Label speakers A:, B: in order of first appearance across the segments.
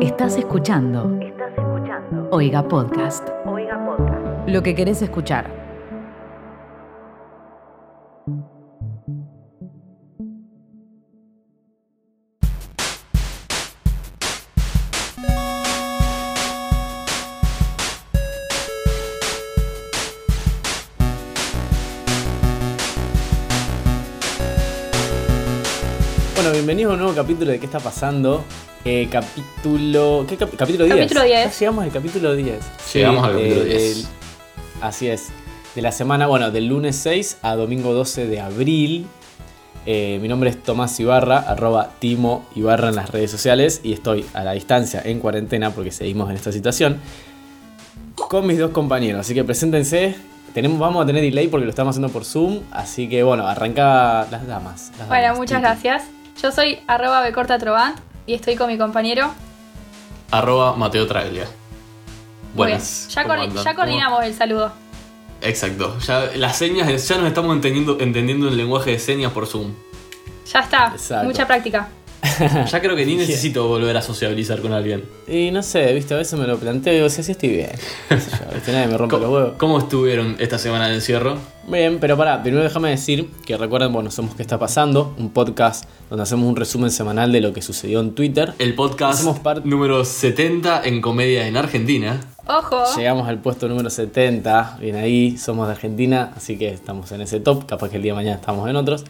A: Estás escuchando. Estás escuchando. Oiga Podcast. Oiga Podcast. Lo que querés escuchar.
B: Bueno, bienvenidos a un nuevo capítulo de ¿Qué está pasando? Eh, capítulo. ¿Qué cap- capítulo 10?
C: Capítulo 10.
B: Ya llegamos al capítulo 10.
D: Llegamos al capítulo
B: Eh,
D: 10.
B: el- así es. De la semana, bueno, del lunes 6 a domingo 12 de abril. Eh, mi nombre es Tomás Ibarra, arroba Timo Ibarra en las redes sociales y estoy a la distancia en cuarentena porque seguimos en esta situación con mis dos compañeros. Así que preséntense. Tenemos, vamos a tener delay porque lo estamos haciendo por Zoom. Así que bueno, arranca las damas.
D: Ah,
B: las
C: Bueno,
B: damas.
C: muchas
B: Titi.
C: gracias. Yo soy arroba becorta trovant y estoy con mi compañero.
D: Arroba Mateo
C: Muy
D: Traglia.
C: bien.
D: Buenas.
C: Pues Ya,
D: ¿cómo
C: coordi-
D: andan?
C: ya
D: ¿Cómo-
C: coordinamos el saludo.
D: Exacto. Ya, las señas, ya nos estamos entendiendo, entendiendo el lenguaje de señas por Zoom.
C: Ya está.
B: Exacto.
C: Mucha práctica.
D: Ya creo que ni
B: Yeah.
D: necesito volver a sociabilizar con alguien.
B: Y no sé, viste, a veces me lo planteo y digo, si así estoy bien. Qué sé yo, viste, nadie me rompe los
D: ¿Cómo,
B: huevos.
D: cómo estuvieron esta semana de encierro?
B: Bien, pero pará, primero déjame decir que recuerden, bueno, somos ¿Qué está pasando? Un podcast donde hacemos un resumen semanal de lo que sucedió en Twitter.
D: El podcast
B: Hacemos parte-
D: número 70 en comedia en Argentina.
C: Ojo.
B: Llegamos al puesto número 70, bien ahí, somos de Argentina, así que estamos en ese top, capaz que el día de mañana estamos en otros.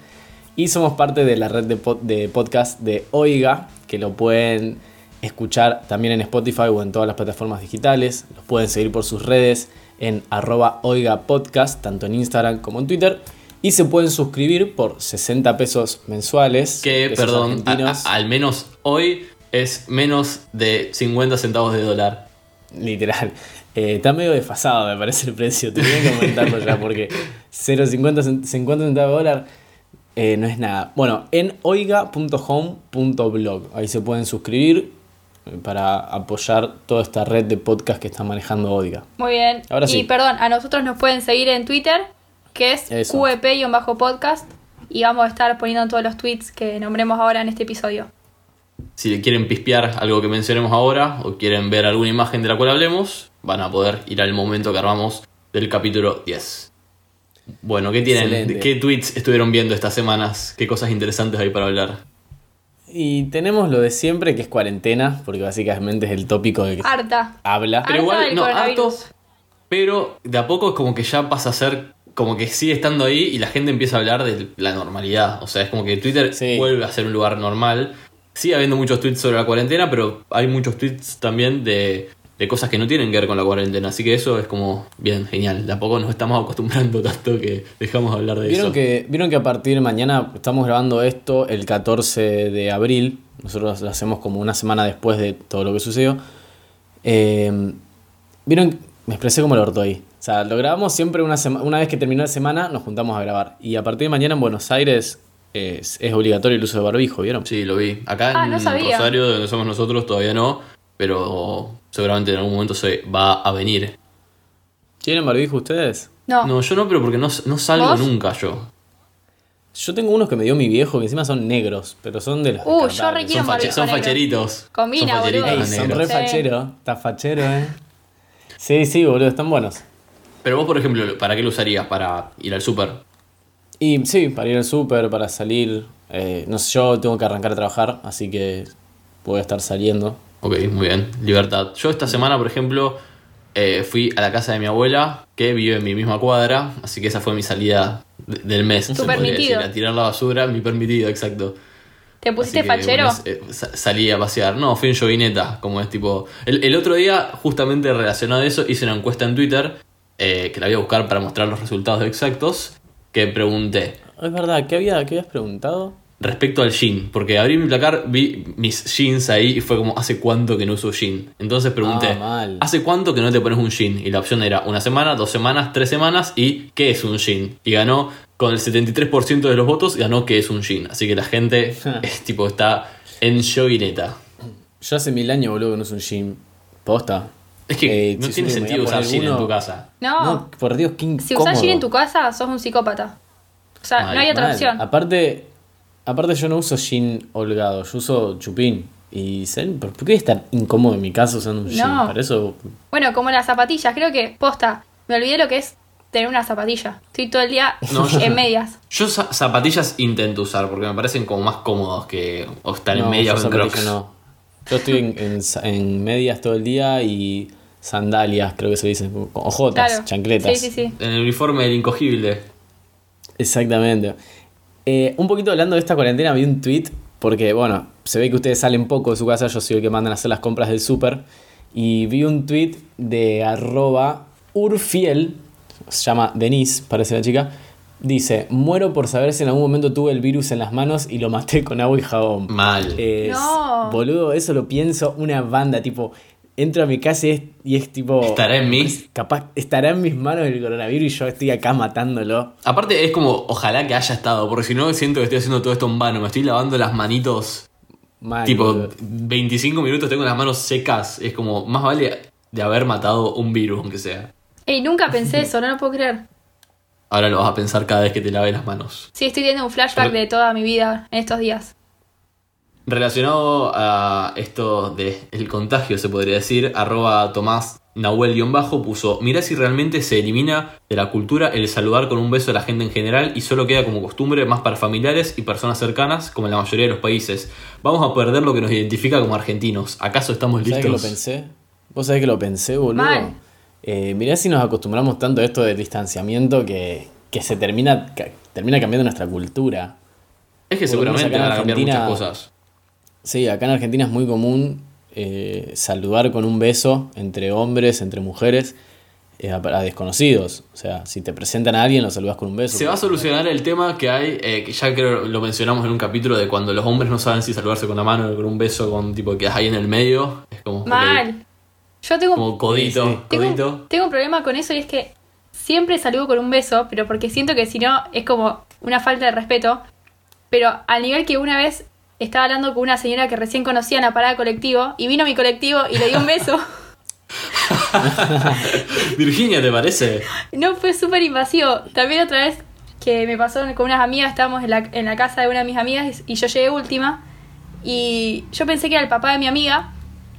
B: Y somos parte de la red de, pod- de podcast de Oiga, que lo pueden escuchar también en Spotify o en todas las plataformas digitales. Los pueden seguir por sus redes en arroba Oiga Podcast, tanto en Instagram como en Twitter. Y se pueden suscribir por 60 pesos mensuales.
D: Que,
B: pesos
D: perdón, a-
B: argentinos.
D: a- al menos hoy es menos de 50 centavos de dólar.
B: Literal. Eh, está medio desfasado, me parece el precio. Tenía que aumentarlo ya porque 0,50 cent- 50 centavos de dólar eh, no es nada. Bueno, en oiga.home.blog. Ahí se pueden suscribir eh, para apoyar toda esta red de podcast que está manejando Oiga.
C: Muy bien.
B: Ahora
C: y
B: sí.
C: perdón, a nosotros nos pueden seguir en Twitter, que es E
B: Eso.
C: QEP-podcast. Y vamos a estar poniendo todos los tweets que nombremos ahora en este episodio.
D: Si quieren pispear algo que mencionemos ahora o quieren ver alguna imagen de la cual hablemos, van a poder ir al momento que armamos del capítulo 10. Bueno, ¿qué tienen?
B: Excelente.
D: ¿Qué tweets estuvieron viendo estas semanas? ¿Qué cosas interesantes hay para hablar?
B: Y tenemos lo de siempre, que es cuarentena, porque básicamente es el tópico de que se
C: Ah, Harta.
B: habla.
C: Harta
D: Pero igual,
C: del
D: no,
C: coronavirus.
D: harto, Pero de a poco es como que ya pasa a ser como que sigue estando ahí y la gente empieza a hablar de la normalidad. O sea, es como que Twitter
B: Sí.
D: vuelve a ser un lugar normal. Sigue habiendo muchos tweets sobre la cuarentena, pero hay muchos tweets también de, de cosas que no tienen que ver con la cuarentena. Así que eso es como bien, genial. De a poco nos estamos acostumbrando tanto que dejamos de hablar de
B: ¿Vieron
D: eso.
B: que, Vieron que a partir de mañana estamos grabando esto el 14 de abril. Nosotros lo hacemos como una semana después de todo lo que sucedió. Eh, Vieron, me expresé como el orto ahí. O sea, lo grabamos siempre una, sema- una vez que terminó la semana, nos juntamos a grabar. Y a partir de mañana en Buenos Aires es, es obligatorio el uso de barbijo, ¿vieron?
D: Sí, lo vi. Acá
C: Ah,
D: en
C: no sabía.
D: Rosario, donde somos nosotros, todavía no. Pero seguramente en algún momento se va a venir.
B: ¿Tienen barbijo ustedes?
C: No.
D: No, yo no, pero porque no, no salgo
C: ¿Vos?
D: nunca yo.
B: Yo tengo unos que me dio mi viejo, que encima son negros, pero son de los.
C: Uh, yo
B: descartables.
C: requiero
D: Son, fache-
C: barbijo
D: son
C: negro.
D: facheritos.
C: Combina,
D: son facheritos
C: boludo.
B: Ey,
D: los
B: son re
D: negros.
C: Sí.
B: fachero, está fachero, eh. Sí, sí, boludo, están buenos.
D: Pero vos, por ejemplo, ¿para qué lo usarías? ¿Para ir al súper?
B: Y sí, para ir al súper, para salir. eh, no sé, yo tengo que arrancar a trabajar, así que voy a estar saliendo.
D: Ok, muy bien. Libertad. Yo esta semana, por ejemplo, eh, fui a la casa de mi abuela, que vive en mi misma cuadra, así que esa fue mi salida de- del mes. se
C: Tu
D: podría
C: permitido.
D: decir, A tirar la basura, mi permitido, exacto.
C: ¿Te pusiste
D: Así que,
C: fachero?
D: bueno, es- eh, sa- salí a pasear. No, fui en jovineta, como es tipo. El, el otro día, justamente relacionado a eso, hice una encuesta en Twitter, eh, que la voy a buscar para mostrar los resultados exactos, que pregunté.
B: Es verdad, ¿qué, había, ¿qué habías preguntado?
D: respecto al jean, porque abrí mi placar, vi mis jeans ahí y fue como, ¿hace cuánto que no uso jean? Entonces pregunté,
B: Ah, mal.
D: ¿hace cuánto que no te pones un jean? Y la opción era una semana, dos semanas, tres semanas y ¿qué es un jean? Y ganó con el 73% de los votos, ganó ¿qué es un jean? Así que la gente es tipo, está en joguineta.
B: Yo hace mil años, boludo, que no es un gym. Posta.
D: Es que
B: Eh,
D: no
B: si
D: tiene
B: siento que me
D: sentido
B: voy a
D: usar
B: poner
D: jean en
B: uno-
D: tu casa.
C: No.
B: No, por Dios, qué
C: Si usás jean en tu
B: incómodo.
C: casa, sos un psicópata. O sea,
D: Mal,
C: no hay otra
B: Mal.
C: opción.
B: Aparte, aparte yo no uso jean holgado, yo uso chupín. Y dicen, ¿pero ¿por qué voy a estar incómodo en mi casa usando un jean?
C: No.
B: Para eso,
C: Bueno, como las zapatillas, creo que, posta, me olvidé lo que es tener una zapatilla. Estoy todo el día
D: No, yo-
C: en medias.
D: Yo za- zapatillas intento usar porque me parecen como más cómodos que o estar
B: no,
D: en media
B: yo
D: o en
B: zapatilla
D: crocs.
B: no. Yo estoy en, en sa- en medias todo el día y sandalias, creo que se dice, ojotas,
C: Claro.
B: chancletas.
C: Sí, sí, sí.
D: En el uniforme del incogible.
B: Exactamente. Eh, un poquito hablando de esta cuarentena, vi un tweet, porque bueno, se ve que ustedes salen poco de su casa, yo soy el que mandan a hacer las compras del súper, y vi un tweet de arroba urfiel, se llama Denise, parece la chica, dice, muero por saber si en algún momento tuve el virus en las manos y lo maté con agua y jabón.
D: Mal.
B: Es-
C: No.
B: Boludo, eso lo pienso una banda, tipo, entro a mi casa y es, y es tipo...
D: ¿Estará en mí?
B: Capaz, estará en mis manos el coronavirus y yo estoy acá matándolo.
D: Aparte es como, ojalá que haya estado, porque si no siento que estoy haciendo todo esto en vano. Me estoy lavando las manitos.
B: Mal,
D: tipo,
B: boludo.
D: 25 minutos tengo las manos secas. Es como, más vale de haber matado un virus, aunque sea.
C: Ey, nunca pensé eso, no lo puedo creer.
D: Ahora lo vas a pensar cada vez que te laves las manos.
C: Sí, estoy teniendo un flashback de toda mi vida en estos días.
D: Relacionado a esto del el contagio, se podría decir, arroba Tomás Nahuel-bajo puso, mirá si realmente se elimina de la cultura el saludar con un beso a la gente en general y solo queda como costumbre más para familiares y personas cercanas, como en la mayoría de los países. Vamos a perder lo que nos identifica como argentinos. ¿Acaso estamos
B: ¿Sabés que lo
D: listos?
B: pensé? ¿Vos sabés que lo pensé, boludo?
C: Mal.
B: Eh, mirá si nos acostumbramos tanto a esto del distanciamiento que, que se termina, ca- termina cambiando nuestra cultura.
D: Es que
B: Por lo menos
D: seguramente
B: acá en
D: van a cambiar
B: Argentina-
D: muchas cosas.
B: Sí, acá en Argentina es muy común eh, saludar con un beso entre hombres, entre mujeres, eh, a, a desconocidos. O sea, si te presentan a alguien, lo saludas con un beso.
D: Se va a solucionar el tema que hay, eh, que ya creo lo mencionamos en un capítulo de cuando los hombres no saben si saludarse con la mano, con un beso, con tipo que ahí en el medio. Es como... ok,
C: Mal. Yo tengo,
D: Como codito,
B: Sí, sí.
C: tengo, un-
D: codito.
C: tengo un problema con eso y es que siempre saludo con un beso, pero porque siento que si no es como una falta de respeto. Pero al nivel que una vez estaba hablando con una señora que recién conocía en la parada de colectivo y vino mi colectivo y le di un beso.
D: Virginia, ¿te parece?
C: No, fue súper invasivo. También otra vez que me pasó con unas amigas, estábamos en la, en la casa de una de mis amigas y yo llegué última. Y yo pensé que era el papá de mi amiga,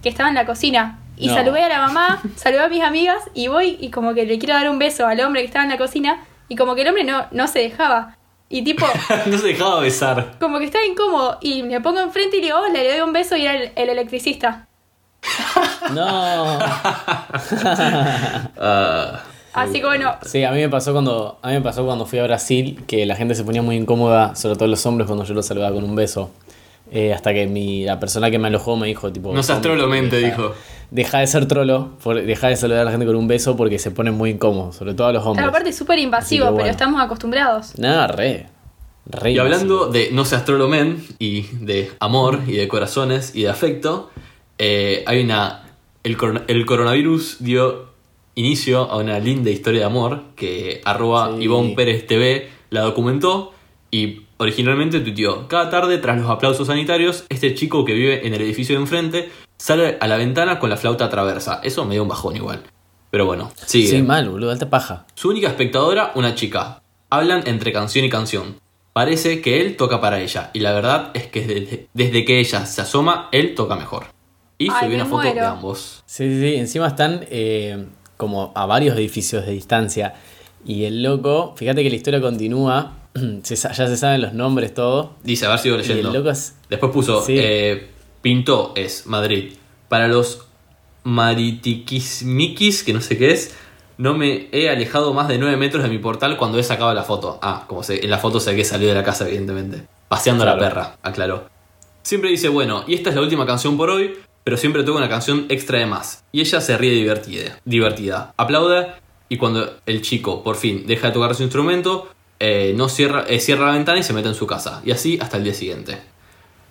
C: que estaba en la cocina. Y
B: No.
C: saludé a la mamá, saludé a mis amigas y voy y como que le quiero dar un beso al hombre que estaba en la cocina. Y como que el hombre no, no se dejaba. Y tipo,
D: No se dejaba besar.
C: como que estaba incómodo. Y me pongo enfrente y le digo, hola, le doy un beso y era el, el electricista.
B: No.
D: Ah,
C: Así que bueno,
B: Sí, a mí me pasó cuando a mí me pasó cuando fui a Brasil que la gente se ponía muy incómoda, sobre todo los hombres cuando yo los saludaba con un beso. Eh, hasta que mi, la persona que me alojó me dijo tipo
D: No seas
B: "Tom,
D: trolo, mente",
B: deja-
D: dijo.
B: Deja de ser trolo, por- deja de saludar a la gente con un beso porque se ponen muy incómodos, sobre todo a los hombres.
C: claro, aparte es súper invasivo,
B: Así que bueno.
C: pero estamos acostumbrados.
B: Nada, re. Re
D: y
B: invasivo.
D: hablando de No se astrolomen y de amor y de corazones y de afecto, eh, hay una. El, corona- el coronavirus dio inicio a una linda historia de amor que arroba
B: Sí.
D: Ivonne Pérez TV la documentó y originalmente tuiteó. Cada tarde, tras los aplausos sanitarios, este chico que vive en el edificio de enfrente sale a la ventana con la flauta traversa. Eso me dio un bajón igual. Pero bueno, sigue.
B: Sí, eh. mal, boludo, alta paja.
D: Su única espectadora, una chica. Hablan entre canción y canción. Parece que él toca para ella, y la verdad es que desde, desde que ella se asoma, él toca mejor. Y
C: Ay,
D: subí
C: me
D: una foto de
C: muero.
D: ambos.
B: Sí, sí, sí. Encima están eh, como a varios edificios de distancia. Y el loco, fíjate que la historia continúa. se sa- ya se saben los nombres todos.
D: Dice, haber sido
B: Y el
D: leyendo.
B: loco es-
D: Después puso,
B: Sí.
D: eh, pintó es Madrid. Para los maritiquismiquis, que no sé qué es, no me he alejado más de 9 metros de mi portal cuando he sacado la foto. Ah, como se, en la foto se ve que salió de la casa, evidentemente. Paseando a la
B: Claro.
D: perra, aclaró. Siempre dice, bueno, y esta es la última canción por hoy, pero siempre toca una canción extra de más. Y ella se ríe divertida, divertida. aplauda y cuando el chico por fin deja de tocar su instrumento, eh, no cierra, eh, cierra la ventana y se mete en su casa. Y así hasta el día siguiente.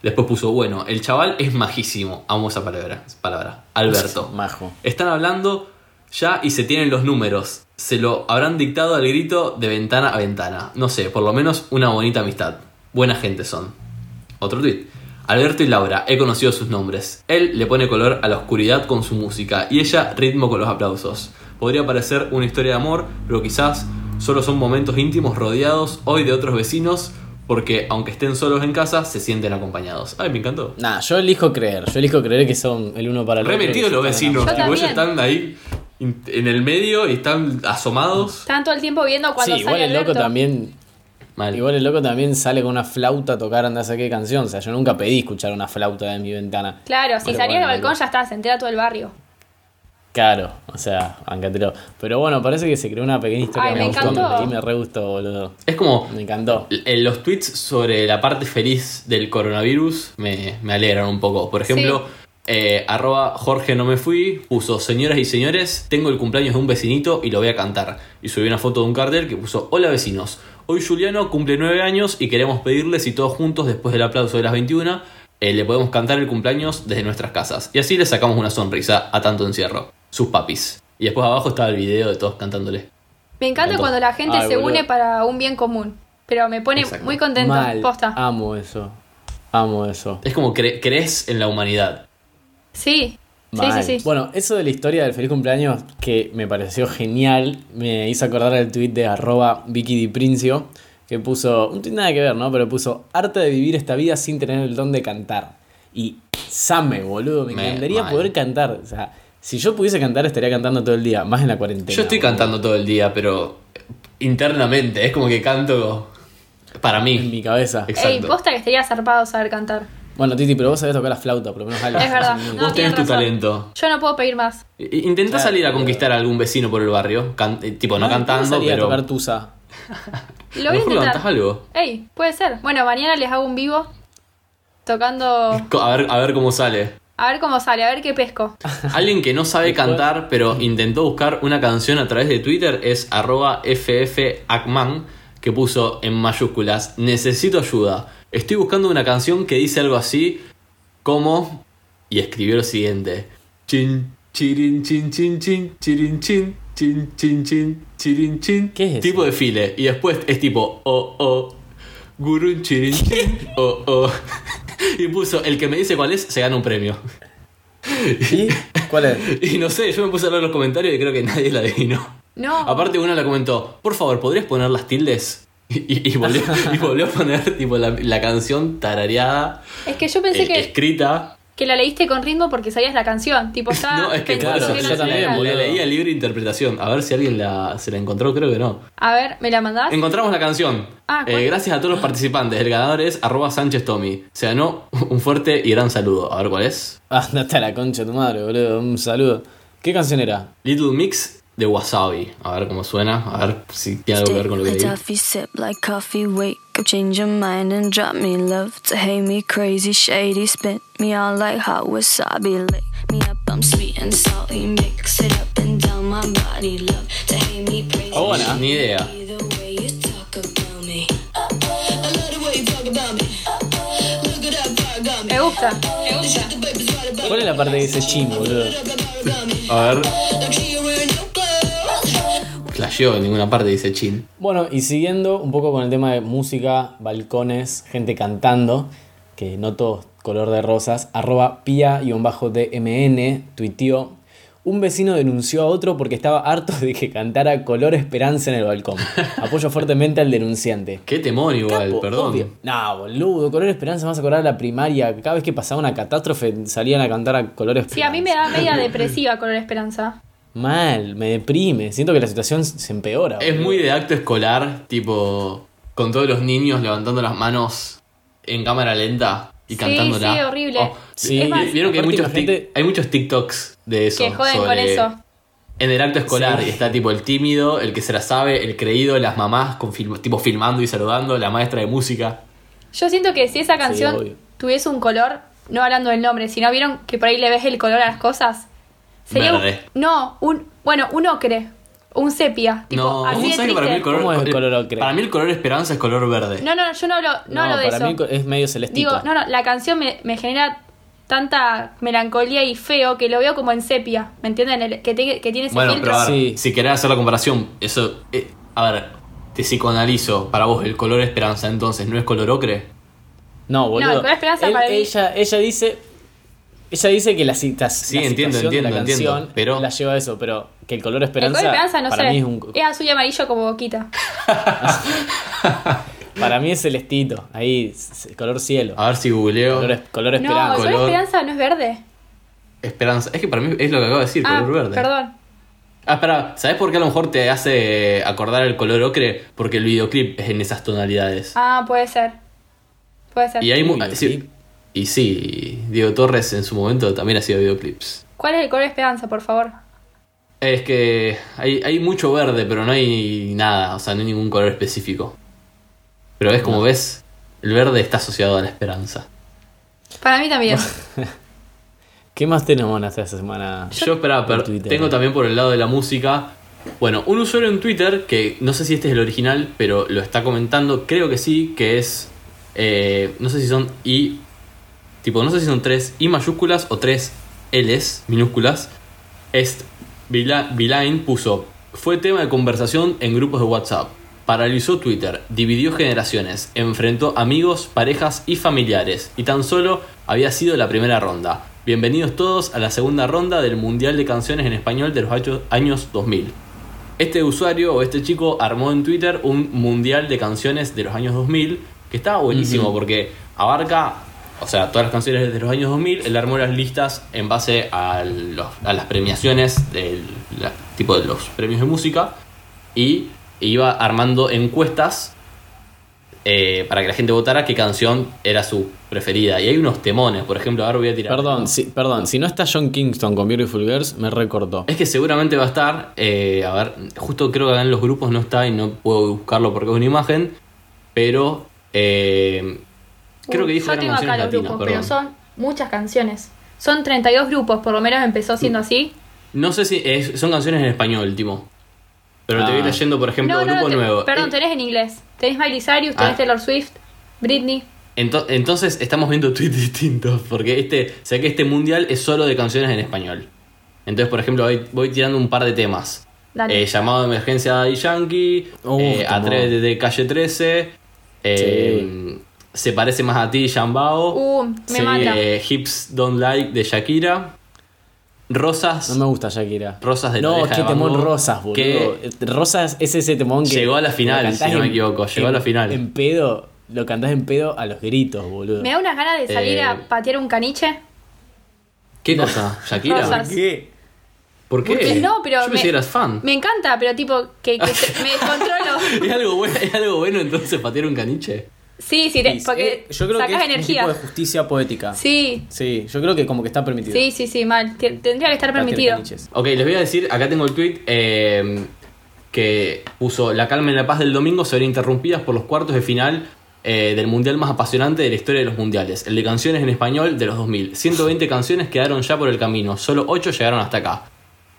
D: Después puso, bueno, el chaval es majísimo. Amo esa palabra. palabra. Alberto.
B: Majo.
D: Están hablando ya y se tienen los números. Se lo habrán dictado al grito de ventana a ventana. No sé, por lo menos una bonita amistad. Buena gente son. Otro tweet. Alberto y Laura, he conocido sus nombres. Él le pone color a la oscuridad con su música y ella ritmo con los aplausos. Podría parecer una historia de amor, pero quizás solo son momentos íntimos rodeados hoy de otros vecinos porque aunque estén solos en casa, se sienten acompañados. Ay, me encantó.
B: Nah, yo elijo creer. Yo elijo creer que son el uno para el otro.
D: Remetidos
B: y
D: los
B: están
D: vecinos,
C: Yo
D: tipo, ellos
C: también.
D: están ahí in- en el medio y están asomados.
C: Estaban todo el tiempo viendo
B: enamorados.
C: cuando
B: Sí,
C: sale
B: igual el loco
C: Alberto.
B: también.
D: Mal.
B: Igual el loco también sale con una flauta a tocar andás a qué canción. O sea, yo nunca pedí escuchar una flauta de mi ventana.
C: Claro, si
B: Pero
C: salía al
B: bueno,
C: balcón ya está, se entera todo el barrio.
B: Claro, o sea, bancatelo. Pero bueno, parece que se creó una pequeña historia.
C: Ay,
B: que
C: me
B: gustó,
C: encantó.
B: leí, me re gustó, boludo.
D: Es como
B: Me encantó.
D: En los tweets sobre la parte feliz del coronavirus me, me alegran un poco. Por ejemplo, eh, arroba Jorge no me fui, puso señoras y señores, tengo el cumpleaños de un vecinito y lo voy a cantar. Y subí una foto de un cartel que puso Hola vecinos, hoy Juliano cumple nueve años y queremos pedirle si todos juntos, después del aplauso de las 21, eh, le podemos cantar el cumpleaños desde nuestras casas. Y así le sacamos una sonrisa a tanto encierro. Sus papis. Y después abajo estaba el video de todos cantándole.
C: Me encanta
D: Encantó.
C: cuando la gente
B: Ay,
C: se
B: boludo.
C: une para un bien común. Pero me pone
D: Exacto.
C: muy contenta,
B: Mal. Ah.
C: posta.
B: Amo eso. Amo eso.
D: Es como cre- crees en la humanidad.
C: Sí.
B: Mal.
C: sí, sí, sí.
B: Bueno, eso de la historia del feliz cumpleaños que me pareció genial, me hizo acordar el tweet de arroba Vicky Di Princio, que puso, un tweet nada que ver, ¿no? Pero puso, harta de vivir esta vida sin tener el don de cantar. Y same, boludo, me
D: Me-
B: encantaría
D: mal.
B: poder cantar. O sea, si yo pudiese cantar estaría cantando todo el día, más en la cuarentena.
D: Yo estoy
B: boludo.
D: cantando todo el día, pero internamente, es como que canto para
B: En
D: mí.
B: mi cabeza.
C: Ey,
D: Exacto.
C: posta que estaría zarpado saber cantar.
B: Bueno, Titi, pero vos sabés tocar la flauta, por lo menos algo.
C: Es verdad. No,
D: Vos tenés
C: tienes
D: tu
C: razón.
D: talento.
C: Yo no puedo pedir más.
D: I- Intentá
B: Claro,
D: salir a
B: pero-
D: conquistar a algún vecino por el barrio. Can- eh, tipo, no
B: Ay, ¿cómo
D: cantando,
B: salía a
D: pero.
B: tocar tusa?
C: Lo voy a
D: Mejor
C: intentar.
D: levantás algo.
C: Ey, puede ser. Bueno, mañana les hago un vivo tocando.
D: Co- A ver, a ver cómo sale.
C: A ver cómo sale, a ver qué pesco.
D: Alguien que no sabe cantar, pero intentó buscar una canción a través de Twitter es arroba ffacman, que puso en mayúsculas, necesito ayuda. Estoy buscando una canción que dice algo así como... Y escribió lo siguiente. Chin, chirin, chin, chin, chin, chirin, chin, chin, chin, chin, chirin, chin.
B: ¿Qué es eso?
D: Tipo de file. Y después es tipo, oh, oh, gurun, chirin, chin, oh, oh. Y puso, el que me dice cuál es, se gana un premio.
B: ¿Y? ¿Cuál es?
D: Y no sé, yo me puse a leer los comentarios y creo que nadie la adivinó.
C: No.
D: Aparte, uno la comentó, por favor, ¿podrías poner las tildes? Y, y- y volvió, y volvió a poner tipo, la, la canción tarareada,
C: es que yo pensé
D: eh,
C: que,
D: escrita.
C: que la leíste con ritmo porque sabías la canción. Tipo, estaba
D: No, es que
C: pensando
B: claro,
C: que
D: yo
C: la
D: también
C: sabía.
B: boludo.
D: la leía libre interpretación. A ver si alguien la, se la encontró, creo que no.
C: A ver, ¿me la mandás?
D: Encontramos la canción.
C: Ah,
D: Eh,
C: ¿cuál?
D: gracias a todos los participantes. El ganador es arroba Sánchez Tommy. Se ganó un fuerte y gran saludo. A ver cuál es.
B: Andate a Ah, la concha de tu madre, boludo. Un saludo. ¿Qué canción era?
D: Little Mix de Wasabi. A ver cómo suena. A ver si tiene algo que ver con lo que
E: Take
D: vi.
E: my toffee, sip like coffee, wake up, change your mind and drop me love to hate me crazy, shady, spit me all like hot wasabi, lick me up, I'm sweet and salty, mix it up and down my body, love to hate me crazy.
B: Oh, bueno.
D: Ni idea.
E: shady, the way you talk about me. I love the way you talk about me. Look at that fire got me.
C: Me gusta. Me gusta.
E: The baby's right about
B: ¿Cuál es la parte que dice chin, boludo?
D: A ver.
E: Like she a real new girl.
D: Flasheó en ninguna parte, dice Chin.
B: Bueno, y siguiendo un poco con el tema de música, balcones, gente cantando, que no todo es color de rosas, arroba pia-dmn tuiteó, un vecino denunció a otro porque estaba harto de que cantara Color Esperanza en el balcón. Apoyo fuertemente al denunciante.
D: Qué temón igual,
B: Po-
D: perdón.
B: obvio. No, boludo, Color Esperanza me vas a acordar de la primaria. Cada vez que pasaba una catástrofe salían a cantar a Color Esperanza.
C: Sí, a mí me da media depresiva Color Esperanza.
B: Mal, me deprime. Siento que la situación se empeora.
D: Es muy de acto escolar, tipo, con todos los niños levantando las manos en cámara lenta y
C: Sí,
D: cantándola. Oh,
C: sí, horrible.
B: Sí,
C: Es más-
D: Vieron que hay
B: aparte
D: muchos,
B: imagínate-
D: tic- hay muchos TikToks de eso.
C: Que joden con
D: sobre-
C: eso.
D: En el acto escolar
B: Sí.
D: y está tipo el tímido, el que se la sabe, el creído, las mamás con film- tipo filmando y saludando, la maestra de música.
C: Yo siento que si esa canción
B: obvio.
C: tuviese un color, no hablando del nombre, sino vieron que por ahí le ves el color a las cosas. Sería un-
D: Verde.
C: no, un bueno, un ocre, un sepia, tipo
D: no,
C: así
D: ¿cómo
C: de
D: sabes que para mí el
C: triste.
D: color,
B: ¿Cómo es el color ocre?
D: Para mí el color esperanza es color verde.
C: No, no, yo no hablo, no hablo de
B: para
C: eso.
B: mí es medio celestito.
C: Digo, no, no, la canción me, me genera tanta melancolía y feo que lo veo como en sepia, ¿me entienden? El- que, te- que tiene ese
D: Bueno,
C: filtro.
D: pero a ver,
B: Sí.
D: si querés hacer la comparación, eso. eh, a ver, te psicoanalizo. Para vos, el color esperanza entonces no es color ocre.
B: No,
C: No, el
B: boludo.
C: color esperanza
B: Él-
C: para mí-
B: ella, ella dice. Ella dice que la, cita, la
D: entiendo,
B: situación de la
D: entiendo, entiendo,
B: canción
D: pero-
B: la lleva a eso, pero que el color
C: el
B: esperanza,
C: color esperanza no
B: para
C: sé.
B: mí es un...
C: Es azul y amarillo como boquita.
B: Para mí es celestito, ahí, c- color cielo.
D: A ver si googleo.
B: Color, es- color
C: No,
B: esperanza.
C: Sol
D: Color-
C: Esperanza no es verde.
D: Esperanza. Es que para mí es lo que acabo de decir,
C: Ah,
D: color verde.
C: perdón.
D: Ah, espera, ¿sabes por qué a lo mejor te hace acordar el color ocre? Porque el videoclip es en esas tonalidades.
C: Ah, puede ser. Puede ser.
D: y hay mu-
B: videoclip.
D: sí, Y sí, Diego Torres en su momento también hacía videoclips.
C: ¿Cuál es el color esperanza, por favor?
D: Es que hay, hay mucho verde, pero no hay nada, o sea, no hay ningún color específico. Pero ves como ves, el verde está asociado a la esperanza.
C: Para mí también.
B: ¿Qué más tenemos en esta semana?
D: Yo esperaba,
B: Por
D: pero
B: Twitter.
D: tengo también por el lado de la música. Bueno, un usuario en Twitter, que no sé si este es el original, pero lo está comentando, creo que sí, que es. eh, no sé si son I. Tipo, no sé si son tres I mayúsculas o tres Ls minúsculas. Es. Vila- Vilain puso. Fue tema de conversación en grupos de WhatsApp. Paralizó Twitter, dividió generaciones, enfrentó amigos, parejas y familiares. Y tan solo había sido la primera ronda. Bienvenidos todos a la segunda ronda del Mundial de Canciones en Español de los años- años 2000. Este usuario o este chico armó en Twitter un mundial de canciones de los años 2000 que estaba buenísimo porque abarca, o sea, todas las canciones de los años 2000. Él armó las listas en base a, los- a las premiaciones del la- tipo de los premios de música y iba armando encuestas eh, para que la gente votara qué canción era su preferida. Y hay unos temones, por ejemplo, ahora voy a tirar.
B: Perdón, si, perdón, si no está John Kingston con Beautiful Girls, me recortó.
D: Es que seguramente va a estar. eh, a ver, justo creo que acá en los grupos no está y no puedo buscarlo porque es una imagen. Pero. eh, creo que
C: Uy,
D: dijo
C: Yo
D: eran
C: tengo acá
D: canciones
C: los
D: latinas,
C: grupos, pero
D: perdón.
C: son muchas canciones. Son 32 grupos, por lo menos empezó siendo
D: Mm.
C: así.
D: No sé si es- son canciones en español, Timo. Pero te voy
B: Ah.
D: leyendo, por ejemplo,
C: no, no,
D: grupo
C: te-
D: nuevo.
C: Perdón,
D: Eh,
C: tenés en inglés. Tenés Miley Cyrus, tenés
D: Ah.
C: Taylor Swift, Britney.
D: ento- entonces estamos viendo tweets distintos. Porque este. Sé que este mundial es solo de canciones en español. Entonces, por ejemplo, voy, voy tirando un par de temas.
C: Dale.
D: Eh, llamado de emergencia de Daddy Yankee,
B: Uf,
D: eh,
B: tomó.
D: a través de, de calle 13, eh, Se parece más a ti, Jambao,
C: Uh, me
D: Sí,
C: mata.
D: eh, Hips Don't Like de Shakira, Rosas,
B: No me gusta Shakira.
D: Rosas de la
B: No,
D: oreja
B: qué
D: de
B: temón
D: Van Gogh,
B: Rosas, boludo. Eh,
D: que-
B: Rosas es ese temón que.
D: Llegó a la final,
B: lo cantás
D: si no me
B: en-
D: equivoco, llegó a la
B: en-
D: final.
B: En pedo, lo cantás en pedo a los gritos, boludo.
C: Me da unas ganas de salir
D: eh,
C: a patear un caniche.
D: ¿qué cosa? ¿Shakira?
C: Rosas.
B: ¿Qué?
D: ¿Por qué?
C: Porque no, pero
D: Yo pensé
C: me-
D: que eras fan.
C: Me encanta, pero tipo, que, que se- me
D: ¿Es,
C: descontrolo.
D: algo bueno, ¿Es algo bueno entonces patear un caniche?
C: Sí, sí, te- porque
B: Eh, yo creo
C: sacas
B: que es
C: energía.
B: un tipo de justicia poética.
C: Sí,
B: Sí, yo creo que como que está permitido.
C: sí, sí, sí, mal. Te- Tendría que estar
B: Para tener
C: permitido.
B: caniches.
D: Ok, les voy a decir, acá tengo el tweet eh, que puso la calma y la paz del domingo se ven interrumpidas por los cuartos de final eh, del mundial más apasionante de la historia de los mundiales, el de canciones en español de los 2000. 120 canciones quedaron ya por el camino, solo 8 llegaron hasta acá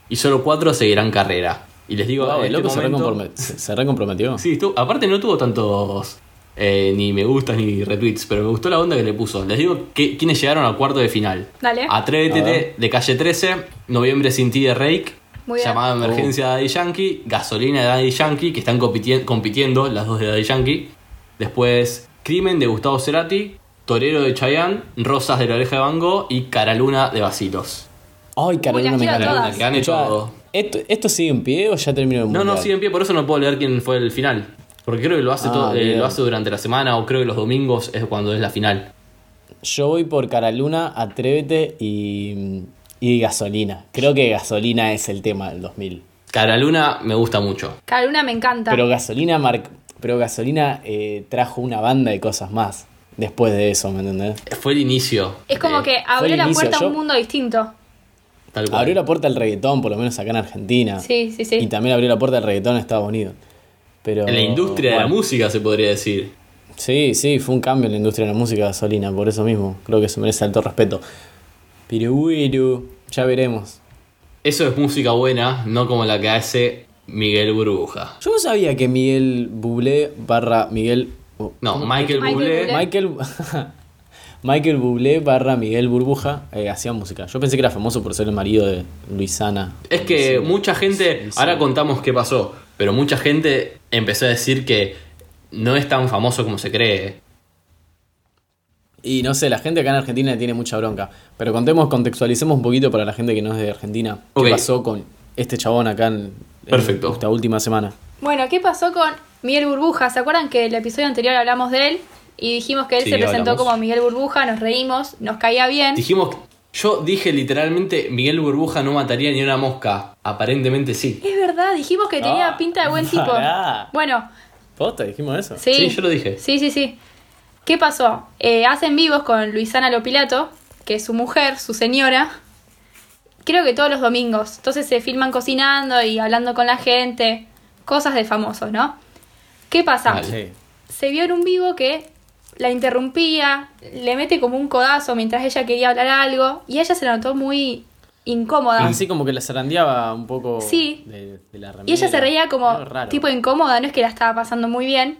D: y solo 4 seguirán carrera. Y les digo,
B: Wow,
D: en
B: el loco
D: este
B: se,
D: momento-
B: recompromet- se- se recomprometió.
D: Sí, estuvo- aparte no tuvo tantos eh, ni me gustas ni retweets, pero me gustó la onda que le puso. Les digo que, quiénes llegaron al cuarto de final.
C: Dale.
D: Atrévete
B: A ver.
D: de calle 13, Noviembre sin ti de Rake,
C: Muy bien.
D: Llamada de Emergencia
B: Oh.
D: de Daddy Yankee, Gasolina de Daddy Yankee, que están compitien- compitiendo las dos de Daddy Yankee. Después Crimen de Gustavo Cerati, Torero de Chayanne, Rosas de la Oreja de Van Gogh y Caraluna de Basilos.
B: Ay, Carolina,
C: las
B: me
C: quiero
B: encanta.
C: todas.
D: Que han hecho
B: Escuchá,
D: todo.
B: ¿esto, ¿Esto sigue en pie o ya terminó el
D: No,
B: mundial?
D: no, sigue en pie, por eso no puedo leer quién fue el final. Porque creo que lo hace,
B: Ah,
D: todo- eh,
B: bien.
D: lo hace durante la semana o creo que los domingos es cuando es la final.
B: Yo voy por Caraluna, Atrévete y, y Gasolina. Creo que Gasolina es el tema del 2000.
D: Caraluna me gusta mucho.
C: Cada una me encanta.
B: Pero Gasolina, mar- pero Gasolina eh, trajo una banda de cosas más después de eso, ¿me entendés?
D: Fue el inicio.
C: es como
D: eh,
C: que abrió
B: el
C: la
B: inicio,
C: puerta a un
B: yo-
C: mundo distinto.
D: tal cual.
B: Abrió la puerta al reggaetón, por lo menos acá en Argentina.
C: Sí, sí, sí.
B: Y también abrió la puerta al reggaetón en Estados Unidos. Pero,
D: En la industria de la
B: bueno,
D: música se podría decir.
B: Sí, sí, fue un cambio en la industria de la música gasolina, por eso mismo. Creo que se merece alto respeto. Pero bueno, ya veremos.
D: Eso es música buena, no como la que hace Miguel Burbuja.
B: Yo no sabía que Miguel Bublé barra Miguel. oh,
D: No, Michael
C: Michael
D: Bublé.
C: Bublé.
B: Eh, Michael. Michael Bublé barra Miguel Burbuja eh, hacía música. Yo pensé que era famoso por ser el marido de Luisana.
D: Es
B: Sí.
D: que mucha gente, ahora contamos qué pasó, pero mucha gente empezó a decir que no es tan famoso como se cree.
B: Y no sé, la gente acá en Argentina le tiene mucha bronca. Pero contemos, contextualicemos un poquito para la gente que no es de Argentina. ¿Qué
D: Ok.
B: pasó con este chabón acá en, en
D: Perfecto.
B: esta última semana?
C: Bueno, ¿qué pasó con Miguel Burbuja, ¿se acuerdan que el episodio anterior hablamos de él? Y dijimos que él
D: Sí,
C: se presentó
D: hablamos.
C: como Miguel Burbuja, nos reímos, nos caía bien.
D: Dijimos, yo dije literalmente, Miguel Burbuja no mataría ni una mosca. Aparentemente sí.
C: Es verdad, dijimos que tenía
B: Ah,
C: pinta de buen tipo.
B: pará.
C: Bueno,
B: ¿Posta? ¿Dijimos eso?
C: sí.
D: Sí, yo lo dije.
C: Sí, sí, sí. ¿Qué pasó? Eh, hacen vivos con Luisana Lopilato, que es su mujer, su señora. Creo que todos los domingos. Entonces se filman cocinando y hablando con la gente. Cosas de famosos, ¿no? ¿Qué pasa?
D: Vale.
B: Sí.
C: se vio en un vivo que la interrumpía, le mete como un codazo mientras ella quería hablar algo y ella se notó muy incómoda.
B: Ah. Así como que la zarandeaba un poco
C: Ah. Sí.
B: de, de la remera.
C: y ella se reía como
B: Medio raro.
C: tipo incómoda, no es que la estaba pasando muy bien.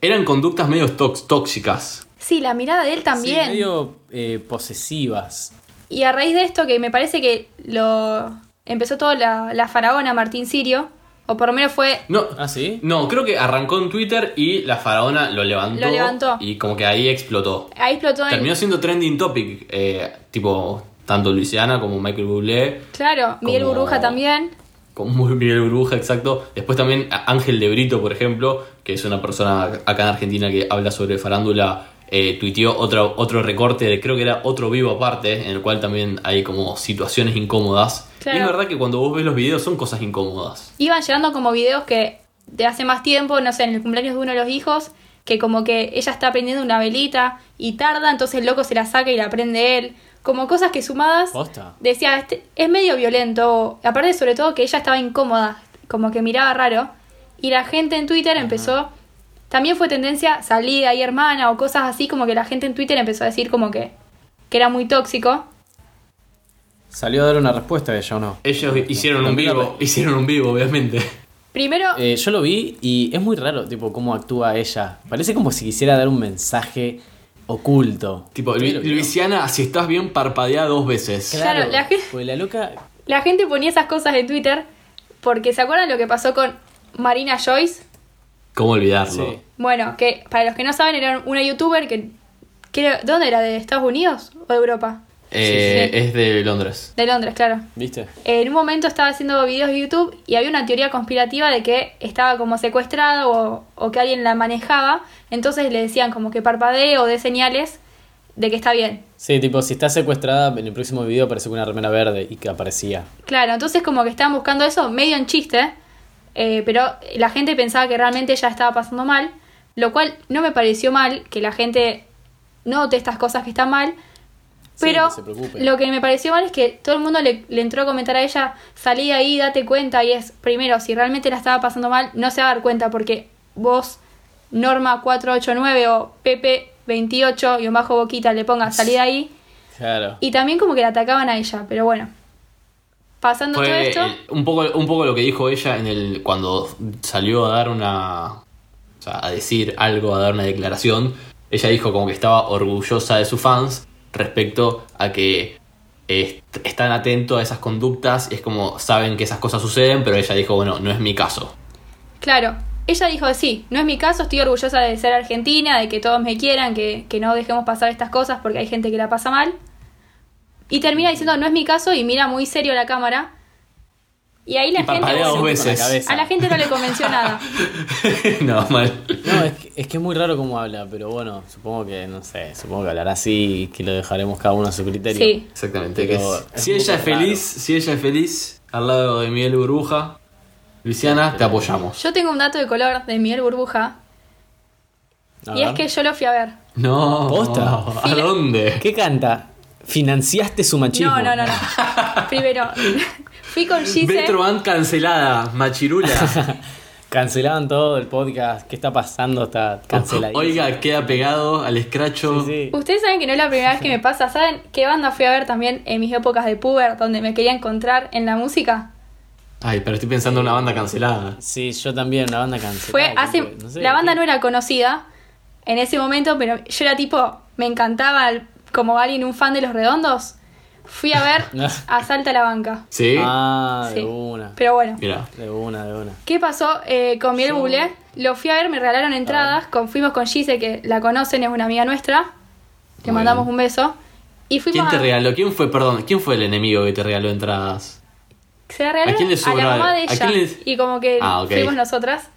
D: Eran conductas medio tox- tóxicas.
C: Sí, la mirada de él también.
B: Sí, medio eh, posesivas.
C: Y a raíz de esto, que me parece que lo empezó toda la, la faraona Martín Sirio, o por lo menos fue...
D: No,
B: ¿Ah, sí?
D: no, creo que arrancó en Twitter y la faraona lo levantó.
C: Lo levantó.
D: Y como que ahí explotó.
C: Ahí explotó en...
D: Terminó siendo trending topic, eh, tipo tanto Luisiana como Michael Bublé,
C: Claro, Miguel
D: como-
C: Burbuja también.
D: con muy Miguel Burbuja, exacto. Después también a- Ángel de Brito, por ejemplo, que es una persona acá en Argentina que habla sobre farándula, eh, tuiteó otro, otro recorte, de- creo que era otro vivo aparte, en el cual también hay como situaciones incómodas.
C: Claro.
D: Y es verdad que cuando vos ves los videos son cosas incómodas.
C: Iban llegando como videos que de hace más tiempo, no sé, en el cumpleaños de uno de los hijos, que como que ella está prendiendo una velita y tarda, entonces el loco se la saca y la prende él. Como cosas que sumadas
B: Posta.
C: decía, este, es medio violento. Aparte, sobre todo, que ella estaba incómoda, como que miraba raro. Y la gente en Twitter empezó. También fue tendencia salida y hermana o cosas así, como que la gente en Twitter empezó a decir como que, que era muy tóxico.
B: Salió a dar una respuesta ella o no.
D: Ellos hicieron
B: no,
D: un
B: no,
D: vivo,
B: no.
D: hicieron un vivo, obviamente.
C: Primero,
B: Eh, yo lo vi y es muy raro, tipo, cómo actúa ella. Parece como si quisiera dar un mensaje oculto.
D: Tipo,
B: Sí,
D: Lu-
B: lo vi.
D: Luisiana, si estás bien, parpadea dos veces.
C: Claro, la gente-
B: Pues la loca.
C: la gente ponía esas cosas en Twitter porque se acuerdan lo que pasó con Marina Joyce.
D: ¿Cómo olvidarlo?
B: Sí.
C: Bueno, que para los que no saben, era una youtuber que. creo- ¿Dónde era? ¿De Estados Unidos o de Europa?
D: Eh,
C: Sí, sí.
D: Es de Londres.
C: De Londres, claro.
B: ¿Viste?
C: En un momento estaba haciendo videos de YouTube y había una teoría conspirativa de que estaba como secuestrada o, o que alguien la manejaba. Entonces le decían como que parpadee o dé señales de que está bien.
B: Sí, tipo, si está secuestrada, en el próximo video aparece con una remera verde y que aparecía.
C: Claro, entonces como que estaban buscando eso medio en chiste, eh, pero la gente pensaba que realmente ella estaba pasando mal, lo cual no me pareció mal que la gente note estas cosas que están mal,
B: Sí,
C: pero
B: que se preocupe.
C: lo que me pareció mal es que todo el mundo le, le entró a comentar a ella, salí de ahí, date cuenta, y es, primero, si realmente la estaba pasando mal, no se va a dar cuenta porque vos, Norma 489 o Pepe 28 y un bajo boquita le ponga salí de ahí,
B: Claro.
C: y también como que la atacaban a ella, pero bueno. Pasando todo
D: Fue
C: esto,
D: el- un, poco, un poco lo que dijo ella en el cuando salió a dar una. O sea, a decir algo, a dar una declaración. Ella dijo como que estaba orgullosa de sus fans respecto a que eh, est- están atentos a esas conductas. y es como saben que esas cosas suceden, pero ella dijo, bueno, no es mi caso.
C: claro, ella dijo, sí, no es mi caso, estoy orgullosa de ser argentina, de que todos me quieran, que, que no dejemos pasar estas cosas porque hay gente que la pasa mal. Y termina diciendo, no es mi caso, y mira muy serio la cámara. Y ahí la
D: Y
C: gente...
D: parpadea dos
B: con la
D: veces.
B: cabeza.
C: A la gente no le convenció nada.
D: no, mal.
B: No, es que, es que es muy raro cómo habla, pero bueno, supongo que, no sé, supongo que hablará así y que lo dejaremos cada uno a su criterio.
C: Sí.
D: Exactamente.
B: Pero
D: que es-
B: es
D: si
B: un
D: ella es
B: poco
D: feliz,
B: raro.
D: si ella es feliz, al lado de Miguel Burbuja, Luciana, te apoyamos.
C: Yo tengo un dato de color de Miguel Burbuja,
B: A
C: y es
B: ver.
C: que yo lo fui a ver.
D: No.
B: ¿Posta?
D: ¿A dónde?
B: ¿Qué canta? ¿Financiaste su machismo?
C: No, no, no, no. Primero, fui con Gise.
D: Metro Band cancelada, Machirula.
B: Cancelaban todo el podcast. ¿Qué está pasando? Está cancelado.
D: Oiga, queda pegado al escracho.
B: Sí, sí.
C: Ustedes saben que no es la primera vez que me pasa. ¿Saben qué banda fui a ver también en mis épocas de puber, donde me quería encontrar en la música?
D: Ay, pero estoy pensando en una banda cancelada.
B: Sí, yo también, una banda cancelada.
C: Fue
B: creo
C: hace.
B: que- no sé,
C: la banda
B: ¿qué?
C: no era conocida en ese momento, pero yo era tipo. Me encantaba el- como alguien, un fan de los redondos. Fui a ver
B: No.
C: Asalta a la banca.
D: ¿Sí?
B: Ah, de
C: Sí.
B: una.
C: Pero bueno.
D: Mira.
B: De una, de una.
C: ¿Qué pasó eh, con Miguel
B: Yo-
C: Bublé? Lo fui a ver, me regalaron entradas. con- fuimos con Gise, que la conocen, es una amiga nuestra. Le
D: Muy
C: mandamos
D: bien.
C: un beso. Y fuimos
D: ¿Quién te
C: a-
D: regaló? ¿Quién fue, perdón, quién fue el enemigo que te regaló entradas?
C: Se la regalaron
D: ¿A quién le
C: la
D: sobra?
C: mamá de
D: ¿A
C: ella.
D: quién le-
C: Y como que
D: Ah, ok.
C: fuimos nosotras.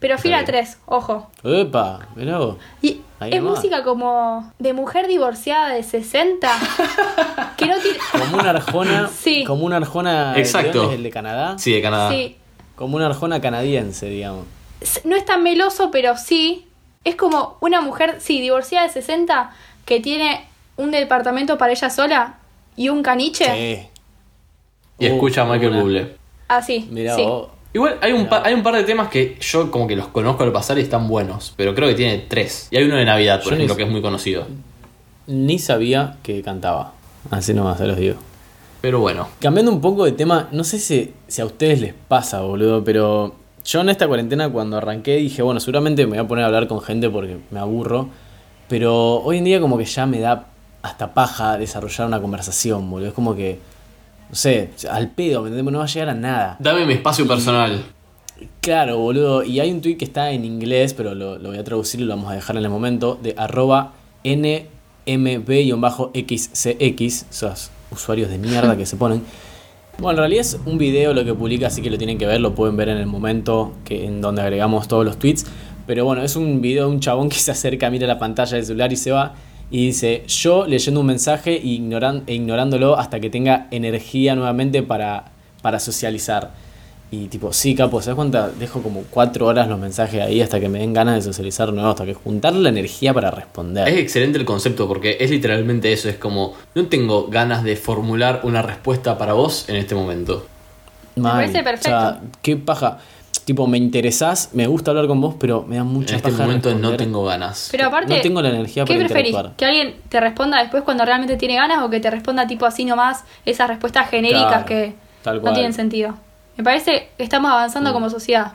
C: Pero fila
D: Está
C: 3, ojo.
B: Epa, mirá vos.
C: Y
B: Ahí
C: es
B: nomás.
C: música como de mujer divorciada de 60 que no tiene.
B: Como una arjona.
C: Sí.
B: Como una arjona. ¿de
D: Exacto.
B: dónde es el de Canadá?
D: Sí, de Canadá.
C: Sí.
B: Como una arjona canadiense, digamos.
C: S- No es tan meloso, pero sí. Es como una mujer, sí, divorciada de 60 que tiene un departamento para ella sola y un
B: Sí.
C: caniche.
D: Y
B: Uh,
D: escucha a Michael
B: una-
D: Bublé.
C: Así.
B: Mirá
C: sí.
B: vos.
D: Igual hay un, pa- hay un par de temas que yo como que los conozco al pasar y están buenos, pero creo que tiene tres. Y hay uno de Navidad,
B: Yo
D: por
B: ni
D: ejemplo,
B: sé.
D: que es muy conocido.
B: Ni sabía que cantaba. Así nomás, se los digo.
D: Pero bueno,
B: Cambiando un poco de tema, no sé si, si a ustedes les pasa, boludo, pero yo en esta cuarentena cuando arranqué dije, bueno, seguramente me voy a poner a hablar con gente porque me aburro, pero hoy en día como que ya me da hasta paja desarrollar una conversación, boludo, es como que, no sé, al pedo, ¿me entendés? No va a llegar a nada.
D: dame mi espacio personal.
B: Claro, boludo, y hay un tweet que está en inglés, pero lo, lo voy a traducir y lo vamos a dejar en el momento, de arroba nmb-xcx, esos usuarios de mierda que se ponen. Bueno, en realidad es un video lo que publica, así que lo tienen que ver, lo pueden ver en el momento que, en donde agregamos todos los tweets. Pero bueno, es un video de un chabón que se acerca, mira la pantalla del celular y se va. Y dice, yo leyendo un mensaje e, ignoran- e ignorándolo hasta que tenga energía nuevamente para, para socializar. Y tipo, sí, capo, ¿sabes cuánta? Dejo como cuatro horas los mensajes ahí hasta que me den ganas de socializar nuevo, hasta que juntar la energía para responder.
D: Es excelente el concepto porque es literalmente eso, es como, no tengo ganas de formular una respuesta para vos en este momento.
B: Mal.
C: parece perfecto.
B: O sea, qué paja. Tipo, me interesás, me gusta hablar con vos, pero me da mucha
D: En este
B: paja
D: momento no
B: responder.
D: tengo ganas.
C: Pero aparte,
B: No tengo la energía
C: ¿qué
B: para
C: preferís?
B: interactuar.
C: ¿Que alguien te responda después cuando realmente tiene ganas o que te responda tipo así nomás esas respuestas genéricas
B: Claro,
C: que
B: tal
C: no
B: cual. Mm.
C: tienen sentido? Me parece que estamos avanzando como sociedad.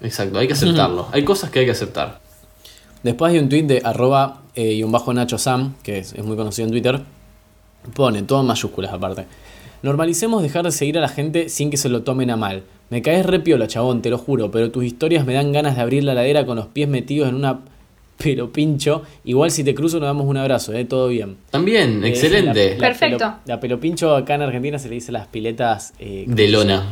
D: Exacto, hay que aceptarlo. Hay cosas que hay que aceptar.
B: Después hay un tweet de arroba eh, y un bajo Nacho Sam, que es, es muy conocido en Twitter. Pone, todo en mayúsculas aparte. Normalicemos dejar de seguir a la gente sin que se lo tomen a mal. Me caes re piola, chabón, te lo juro, pero tus historias me dan ganas de abrir la ladera con los pies metidos en una pero pincho. Igual si te cruzo nos damos un abrazo, eh, todo bien.
D: También,
B: Eh,
D: excelente.
B: la- la
C: Perfecto.
B: pelo- La pelopincho acá en Argentina se le dice las piletas eh,
D: de lona.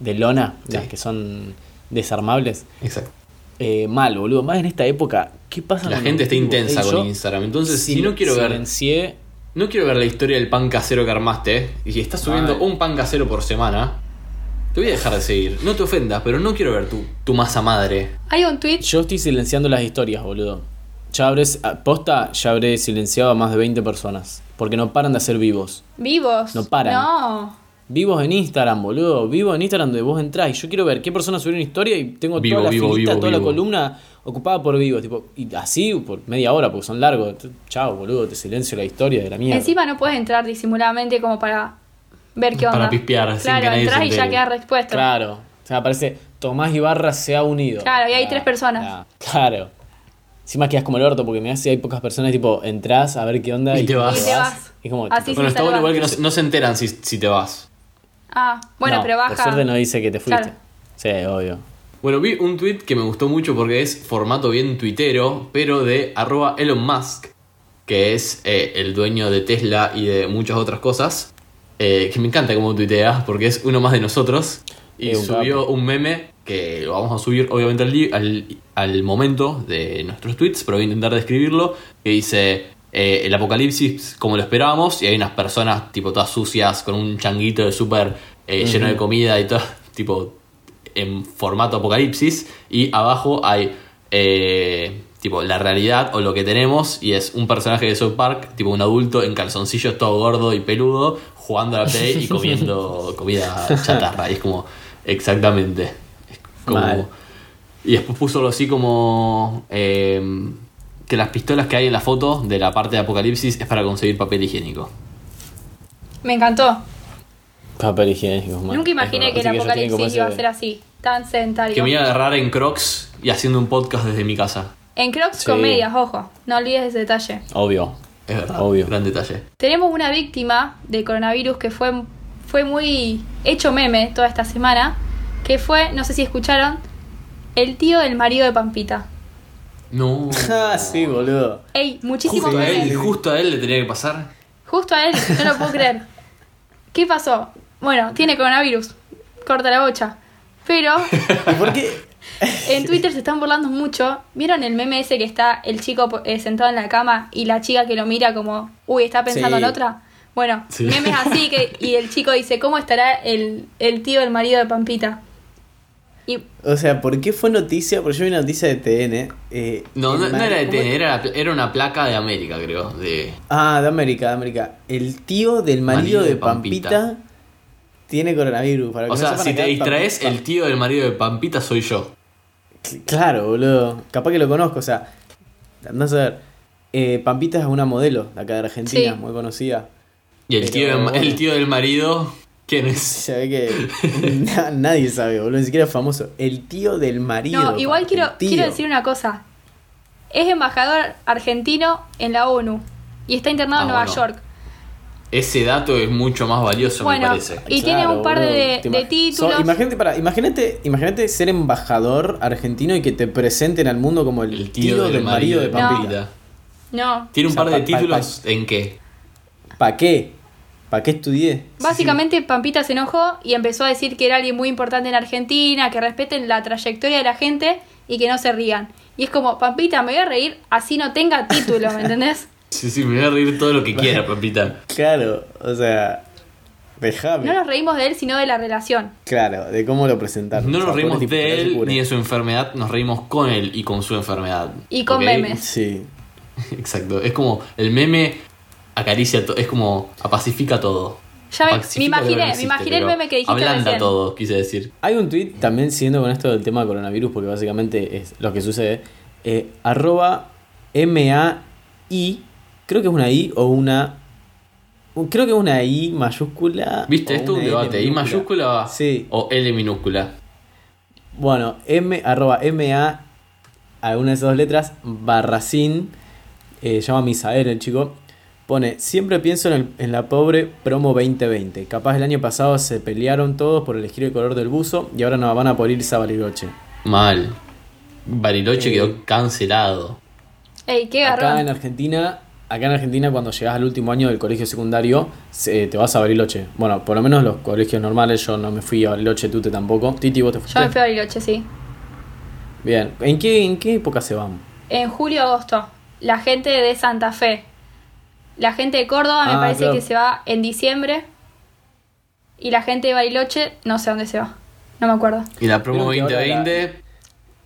B: de lona,
D: Sí.
B: las que son desarmables.
D: Exacto.
B: Eh, mal, boludo. Más en esta época, ¿qué pasa?
D: La
B: con
D: gente
B: los
D: está
B: tipos?
D: intensa
B: Ey,
D: con
B: Ah, yo
D: Instagram. Entonces, si
B: sil-
D: no quiero ver,
B: silencié-
D: no quiero ver la historia del pan casero que armaste y estás subiendo
B: Mal.
D: un pan casero por semana, te voy a dejar de seguir. No te ofendas, pero no quiero ver tu, tu masa madre.
C: Hay un tweet
B: Yo estoy silenciando las historias, boludo. Ya habré, a- posta, ya habré silenciado a más de 20 personas. Porque no paran de hacer vivos.
C: vivos.
B: No paran.
C: No.
B: Vivos en Instagram, boludo. Vivo en Instagram donde vos entrás. Y yo quiero ver qué persona subió una historia y tengo
D: Vivo,
B: toda la
D: vivo,
B: filita,
D: vivo,
B: toda la
D: vivo.
B: columna ocupada por vivos. Tipo, y así por media hora, porque son largos. T- Chao, boludo, te silencio la historia de la mierda.
C: Encima no puedes entrar disimuladamente como para ver qué
D: Para
C: onda.
D: pispear, sin
C: Claro,
D: que nadie se
C: entras y ya
D: entere.
C: queda respuesta.
B: Claro. O sea, aparece Tomás Ibarra se ha unido.
C: Claro, y hay
B: Ah,
C: tres personas.
B: ah, claro. Encima quedas como el orto porque mirá si hay pocas personas, tipo, entras a ver qué onda
D: Y
B: y,
D: te vas.
C: Y te vas.
B: Es como,
C: Así
B: tipo,
D: bueno,
C: sí,
D: está bueno
C: salva.
D: igual que no, se- no se enteran si, si te vas.
C: Ah, bueno,
B: no,
C: pero baja.
B: Por suerte no dice que te fuiste.
C: Claro.
B: Sí, obvio.
D: Bueno, vi un tweet que me gustó mucho porque es formato bien tuitero, pero de arroba Elon Musk, que es eh, el dueño de Tesla y de muchas otras cosas. eh, que me encanta cómo tuitea, porque es uno más de nosotros. Y
B: Es un
D: subió
B: capo.
D: un meme que lo vamos a subir obviamente al, li- al- al momento de nuestros tweets, pero voy a intentar describirlo. Que dice eh, el apocalipsis como lo esperábamos y hay unas personas tipo todas sucias con un changuito de súper eh, lleno de comida y todo tipo en formato apocalipsis y abajo hay eh, tipo la realidad o lo que tenemos y es un personaje de South Park, tipo un adulto en calzoncillos todo gordo y peludo jugando a la play y comiendo comida chatarra. Y es como exactamente. Es como-
B: Mal.
D: y después puso algo así como eh, que las pistolas que hay en la foto de la parte de apocalipsis es para conseguir papel higiénico.
C: Me encantó.
B: Papel higiénico. man.
C: Nunca
B: Es
C: imaginé que el
B: verdad. Así ellos tienen como
C: apocalipsis
B: ese-
C: iba a ser así, tan sedentario.
D: Que me iba a agarrar en Crocs y haciendo un podcast desde mi casa.
C: En Crocs
B: Sí.
C: con medias, ojo, no olvides ese detalle.
B: Obvio.
D: Es verdad.
B: Obvio.
D: Gran detalle.
C: Tenemos una víctima de coronavirus que fue, fue muy hecho meme toda esta semana, que fue, no sé si escucharon, el tío del marido de Pampita.
D: No.
B: Ah, sí, boludo.
C: Ey, muchísimos
D: Justo a
C: memes.
D: él, justo a él le tenía que pasar.
C: Justo a él, no lo puedo creer. ¿Qué pasó? Bueno, tiene coronavirus, corta la bocha. Pero
B: ¿Y por qué?
C: En Twitter se están burlando mucho. ¿Vieron el meme ese que está el chico eh, sentado en la cama y la chica que lo mira como, uy, está pensando en
B: Sí.
C: otra? Bueno,
D: Sí.
C: memes así que, y el chico dice, ¿cómo estará el, el tío, el marido de Pampita? Y
B: O sea, ¿por qué fue noticia? Porque yo vi una noticia de TN. eh,
D: No,
B: el
D: no, no
B: mar-
D: era de
B: ¿cómo es?
D: TN, era, la- era una placa de América, creo. De,
B: Ah, de América, de América. El tío del marido,
D: Marido
B: de
D: de
B: Pampita,
D: Pampita.
B: tiene coronavirus. Para que
D: o
B: no
D: sea,
B: sepan
D: si
B: acá, Ah.
D: te distraes,
B: Pampita-
D: el tío del marido de Pampita soy yo.
B: Cl- Claro, boludo. Capaz que lo conozco, o sea. Andás a ver. Eh, Pampita es una modelo de acá de Argentina,
C: Sí.
B: muy conocida.
D: Y el,
B: Pero
D: tío, del ma-
B: bueno.
D: el tío del marido, ¿quién es?
B: Se ve que na- nadie sabe, boludo, ni siquiera es famoso. El tío del marido.
C: no, igual
B: el
C: quiero,
B: tío.
C: quiero decir una cosa. Es embajador argentino en la ONU y está internado
D: Ah,
C: en Nueva
D: bueno.
C: York.
D: Ese dato es mucho más valioso,
C: Bueno,
D: me parece.
C: y tiene un par de-
B: boludo, te
C: de
B: imag-
C: títulos.
B: So, imagínate, para, imagínate, imagínate ser embajador argentino y que te presenten al mundo como el,
D: El tío, del, marido de Pampita.
C: No,
D: Tiene un
B: O sea,
D: par de
B: pa- pa-
D: títulos en qué.
B: ¿Para qué? ¿Para qué estudié?
C: Básicamente Pampita se enojó y empezó a decir que era alguien muy importante en Argentina, que respeten la trayectoria de la gente y que no se rían. Y es como, Pampita, me voy a reír así no tenga título, ¿me entendés?
D: Sí, sí, me voy a reír todo lo que quiera, Pampita.
B: Claro, o sea, déjame.
C: No nos reímos de él, sino de la relación.
B: Claro, de cómo lo presentaron.
D: No
B: O sea,
D: nos reímos
B: pobre tipo,
D: de
B: parece
D: él
B: cura.
D: ni de su enfermedad, nos reímos con él y con su enfermedad.
C: Y con
D: ¿ok?
C: memes.
B: Sí.
D: Exacto, es como el meme acaricia, to- es como apacifica todo.
C: Ya me-
D: Apacifica
C: me imaginé,
D: lo que no
C: me imaginé el
D: pero
C: meme que dijiste
D: Ablanda
C: recién.
D: todo, quise decir.
B: Hay un tweet también siguiendo con esto del tema del coronavirus, porque básicamente es lo que sucede. Eh, arroba MAI, creo que es una I o una. Creo que es una I mayúscula.
D: ¿Viste?
B: o
D: Esto es un
B: una L
D: debate. ¿I mayúscula
B: Sí.
D: o L minúscula?
B: Bueno, M, arroba MA, alguna de esas dos letras, barracín, eh, llama Misael el chico, pone, siempre pienso en, el- en la pobre promo 2020. Capaz el año pasado se pelearon todos por elegir el color del buzo y ahora nos van a por irse a Bariloche.
D: Mal. Bariloche
B: Eh.
D: quedó cancelado.
C: Ey, qué
B: Acá en
C: garrón.
B: Argentina, acá en Argentina cuando llegas al último año del colegio secundario, se- te vas a Bariloche. Bueno, por lo menos los colegios normales, yo no me fui a Bariloche, Tute tampoco. Titi, vos te fuiste.
C: Yo me fui a Bariloche, sí.
B: Bien, ¿En qué, ¿en qué época se van?
C: En julio-agosto, la gente de Santa Fe. La gente de Córdoba
B: Ah,
C: me parece
B: claro.
C: que se va en diciembre. Y la gente de Bariloche, no sé dónde se va. No me acuerdo.
D: Y la promo
B: Vieron que ahora
D: 2020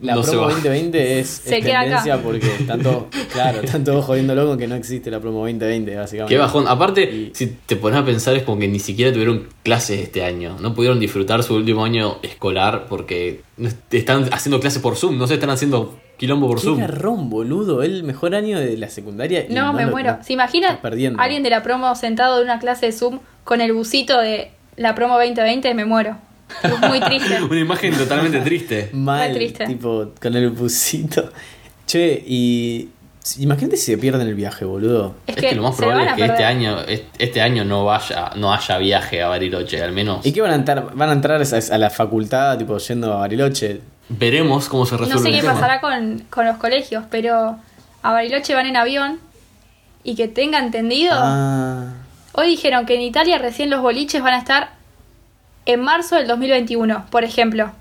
B: La
D: no se
B: promo
D: va.
B: 2020 es,
C: Se
B: es
C: queda
B: tendencia
C: acá.
B: porque tanto, claro, tanto jodiéndolo con que no existe la promo 2020, básicamente.
D: Qué bajón. Aparte,
B: Y-
D: si te pones a pensar, es como que ni siquiera tuvieron clases este año. No pudieron disfrutar su último año escolar porque no est- están haciendo clases por Zoom. No se están haciendo quilombo por
B: Qué
D: Zoom.
B: garrón, boludo. El mejor año de la secundaria. y
C: No, me
B: lo-
C: muero.
B: no-
C: ¿Se imagina
B: estás perdiendo.
C: alguien de la promo sentado en una clase de Zoom con el busito de la promo 2020? Me muero. Es muy triste.
D: Una imagen totalmente triste.
B: Mal,
C: Re triste.
B: tipo, con el busito. Che, y. si- Imagínate si se pierden el viaje, boludo.
C: Es
D: Es
C: que
D: que, lo más
C: se lo van
D: probable es
C: a
D: que este
C: perder.
D: año, est- este año no vaya, no haya viaje a Bariloche, al menos.
B: ¿Y qué van a entrar? ¿Van a entrar a, a la facultad, tipo, yendo a Bariloche?
D: Veremos cómo se resuelve
C: No sé
D: el
C: qué
D: tema.
C: pasará con, con los colegios, pero a Bariloche van en avión y que tenga entendido.
B: Ah.
C: Hoy dijeron que en Italia recién los boliches van a estar en marzo del 2021, por ejemplo.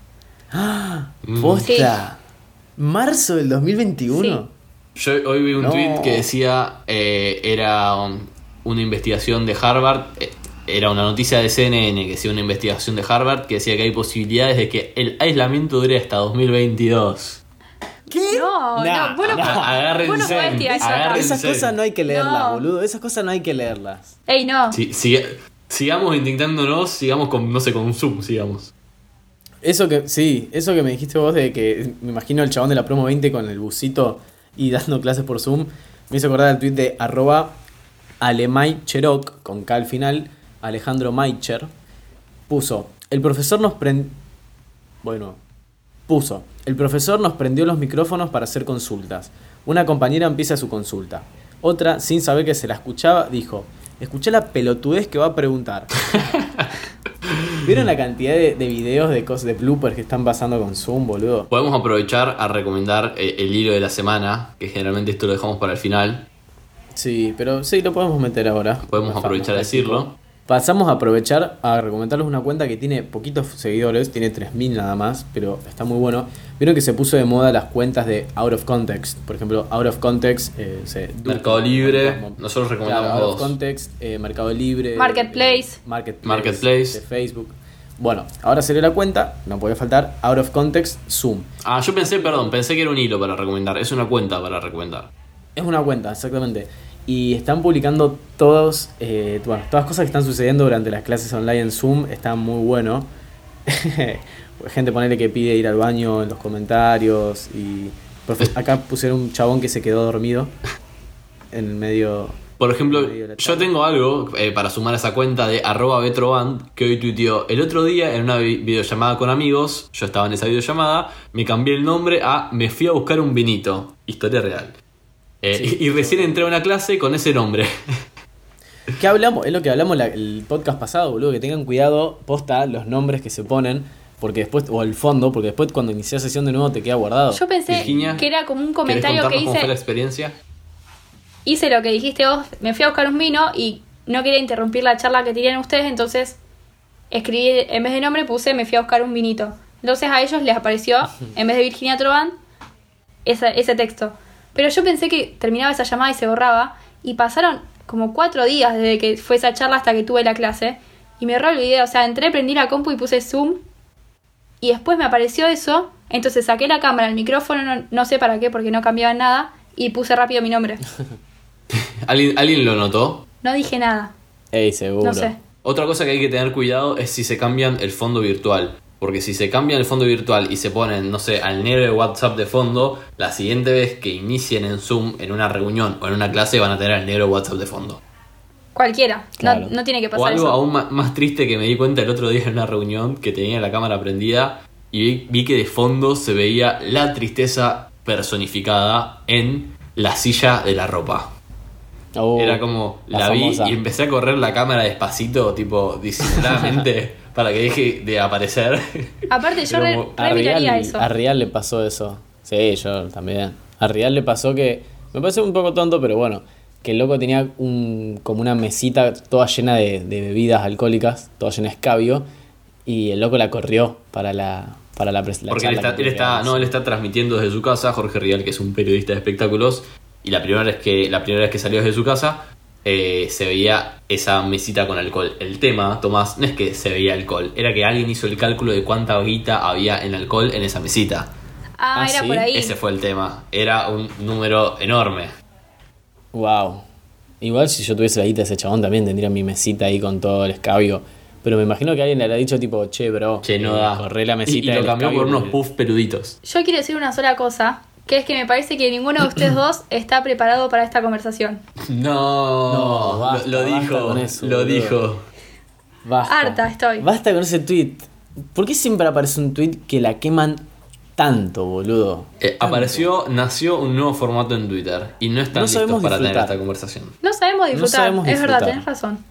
B: ¡Ah!
D: Mm.
B: ¡Posta! ¿Marzo del 2021?
C: Sí.
D: Yo hoy vi un
B: No.
D: tweet que decía eh, era um, una investigación de Harvard, eh, era una noticia de CNN que decía una investigación de Harvard que decía que hay posibilidades de que el aislamiento dure hasta 2022.
B: ¿Qué?
C: No,
B: Nah,
C: no, bueno,
B: nah.
D: A- Ah, Agárrense.
C: Bueno, podés tirar eso acá.
D: agárrense.
B: Esas cosas no hay que leerlas,
C: No.
B: boludo. Esas cosas no hay que leerlas.
C: Ey, no.
D: Sí, siga- sigamos intentándonos, sigamos con, no sé, con Zoom, sigamos.
B: Eso que, sí, eso que me dijiste vos de que me imagino el chabón de la promo 20 con el busito y dando clases por Zoom, me hizo acordar el tweet de arroba Alemay Cherok, con K al final, Alejandro Maicher, puso, el profesor nos prendió, bueno, puso, el profesor nos prendió los micrófonos para hacer consultas. Una compañera empieza su consulta. Otra, sin saber que se la escuchaba, dijo, escuché la pelotudez que va a preguntar. ¿Vieron la cantidad de, de videos de cosas de bloopers que están pasando con Zoom, boludo?
D: Podemos aprovechar a recomendar eh, el hilo de la semana, que generalmente esto lo dejamos para el final.
B: Sí, pero sí, lo podemos meter ahora.
D: Podemos
B: Afán,
D: aprovechar
B: tipo,
D: a decirlo.
B: Pasamos a aprovechar a recomendarles una cuenta que tiene poquitos seguidores, tiene 3.000 nada más, pero está muy bueno. Vieron que se puso de moda las cuentas de Out of Context. Por ejemplo, Out of Context, eh, se-
D: Mercado Libre,
B: Como-
D: nosotros
B: Claro,
D: recomendamos
B: Out of
D: dos.
B: Context, eh, Mercado Libre,
C: Marketplace.
B: eh, Marketplace,
D: Marketplace.
B: de Facebook. Bueno, ahora seré la cuenta, no puede faltar, Out of Context Zoom.
D: Ah, yo pensé, perdón, pensé que era un hilo para recomendar, es una cuenta para recomendar.
B: Es una cuenta, exactamente. Y están publicando todos, eh, bueno, todas las cosas que están sucediendo durante las clases online en Zoom. Está muy bueno. Gente ponele que pide ir al baño en los comentarios. Y profe- acá pusieron un chabón que se quedó dormido en el medio.
D: Por ejemplo,
B: Medio de la
D: yo
B: tarde.
D: tengo algo eh, para sumar a esa cuenta de arroba Betroband que hoy tuiteó el otro día en una vi- videollamada con amigos, yo estaba en esa videollamada, me cambié el nombre a Me fui a buscar un vinito, historia real. Eh, y, y recién entré a una clase con ese nombre.
B: ¿Qué hablamos? Es lo que hablamos la- el podcast pasado, boludo. Que tengan cuidado, posta, los nombres que se ponen. Porque después, o el fondo, porque después cuando inicias sesión de nuevo te queda guardado.
C: Yo pensé
D: Virginia,
C: que era como un
D: ¿Querés
C: comentario
D: contarnos
C: que
D: cómo fue
C: hice.
D: la experiencia?
C: Hice lo que dijiste vos, me fui a buscar un vino y no quería interrumpir la charla que tenían ustedes, entonces escribí, en vez de nombre puse me fui a buscar un vinito. Entonces a ellos les apareció, en vez de Virginia Trovan, esa- ese texto. Pero yo pensé que terminaba esa llamada y se borraba. Y pasaron como cuatro días desde que fue esa charla hasta que tuve la clase. Y me erró el video. O sea, entré, prendí la compu y puse Zoom. Y después me apareció eso. Entonces saqué la cámara, el micrófono, no, no sé para qué, porque no cambiaba nada. Y puse rápido mi nombre.
D: ¿Alguien, ¿Alguien lo notó?
C: No dije nada.
B: Ey, seguro.
C: No sé.
D: Otra cosa que hay que tener cuidado es si se cambian el fondo virtual. Porque si se cambian el fondo virtual y se ponen, no sé, al negro de WhatsApp de fondo, la siguiente vez que inicien en Zoom, en una reunión o en una clase, van a tener al negro de WhatsApp de fondo.
C: Cualquiera. No-
B: Claro.
C: No, tiene que
D: O
C: pasar
D: algo
C: eso.
D: aún ma- más, triste que me di cuenta el otro día en una reunión que tenía la cámara prendida y vi, vi que de fondo se veía la tristeza personificada en la silla de la ropa.
B: Oh,
D: Era como, la, vi
B: famosa.
D: y empecé a correr la cámara despacito, tipo, disimuladamente, para que deje de aparecer.
C: Aparte, yo re,
D: como,
C: re
B: A
C: miraría
B: Rial,
C: eso.
B: a Rial le pasó eso. Sí, yo también. A Rial le pasó que. Me parece un poco tonto, pero bueno. Que el loco tenía un, como una mesita toda llena de, de bebidas alcohólicas, toda llena de escabio. Y el loco la corrió para la, para la, pres- la
D: Porque él
B: charla
D: está,
B: que
D: él está-
B: teníamos.
D: no, él está transmitiendo desde su casa, Jorge Rial, que es un periodista de espectáculos, y la primera vez que, la primera vez que salió desde su casa, eh, se veía esa mesita con alcohol. El tema, Tomás, no es que se veía alcohol, era que alguien hizo el cálculo de cuánta guita había en alcohol en esa mesita.
C: Ah,
B: Ah,
C: era
B: sí,
C: por ahí.
D: Ese fue el tema. Era un número enorme.
B: Wow. Igual si yo tuviese la guita de ese chabón también tendría mi mesita ahí con todo el escabio. Pero me imagino que alguien le habrá dicho tipo, che, bro,
D: Che, no
B: eh,
D: da.
B: corré la mesita
D: Y- y,
B: del
D: lo cambió
B: escabio
D: por unos
B: porque-
D: puff peluditos.
C: Yo quiero decir una sola cosa, que es que me parece que ninguno de ustedes dos está preparado para esta conversación.
D: No,
B: No,
D: lo-
B: basta,
D: lo,
B: basta
D: dijo,
B: con eso,
D: lo
B: boludo.
D: dijo.
B: Basta.
C: Harta estoy.
B: Basta con ese tweet. ¿Por qué siempre aparece un tweet que la queman tanto, boludo?
D: Eh, apareció, nació un nuevo formato en Twitter y no están
B: No
D: listos
B: sabemos
D: para tener
B: disfrutar.
D: esta conversación.
C: No sabemos disfrutar,
B: sabemos
C: es
B: disfrutar.
C: verdad, tenés razón.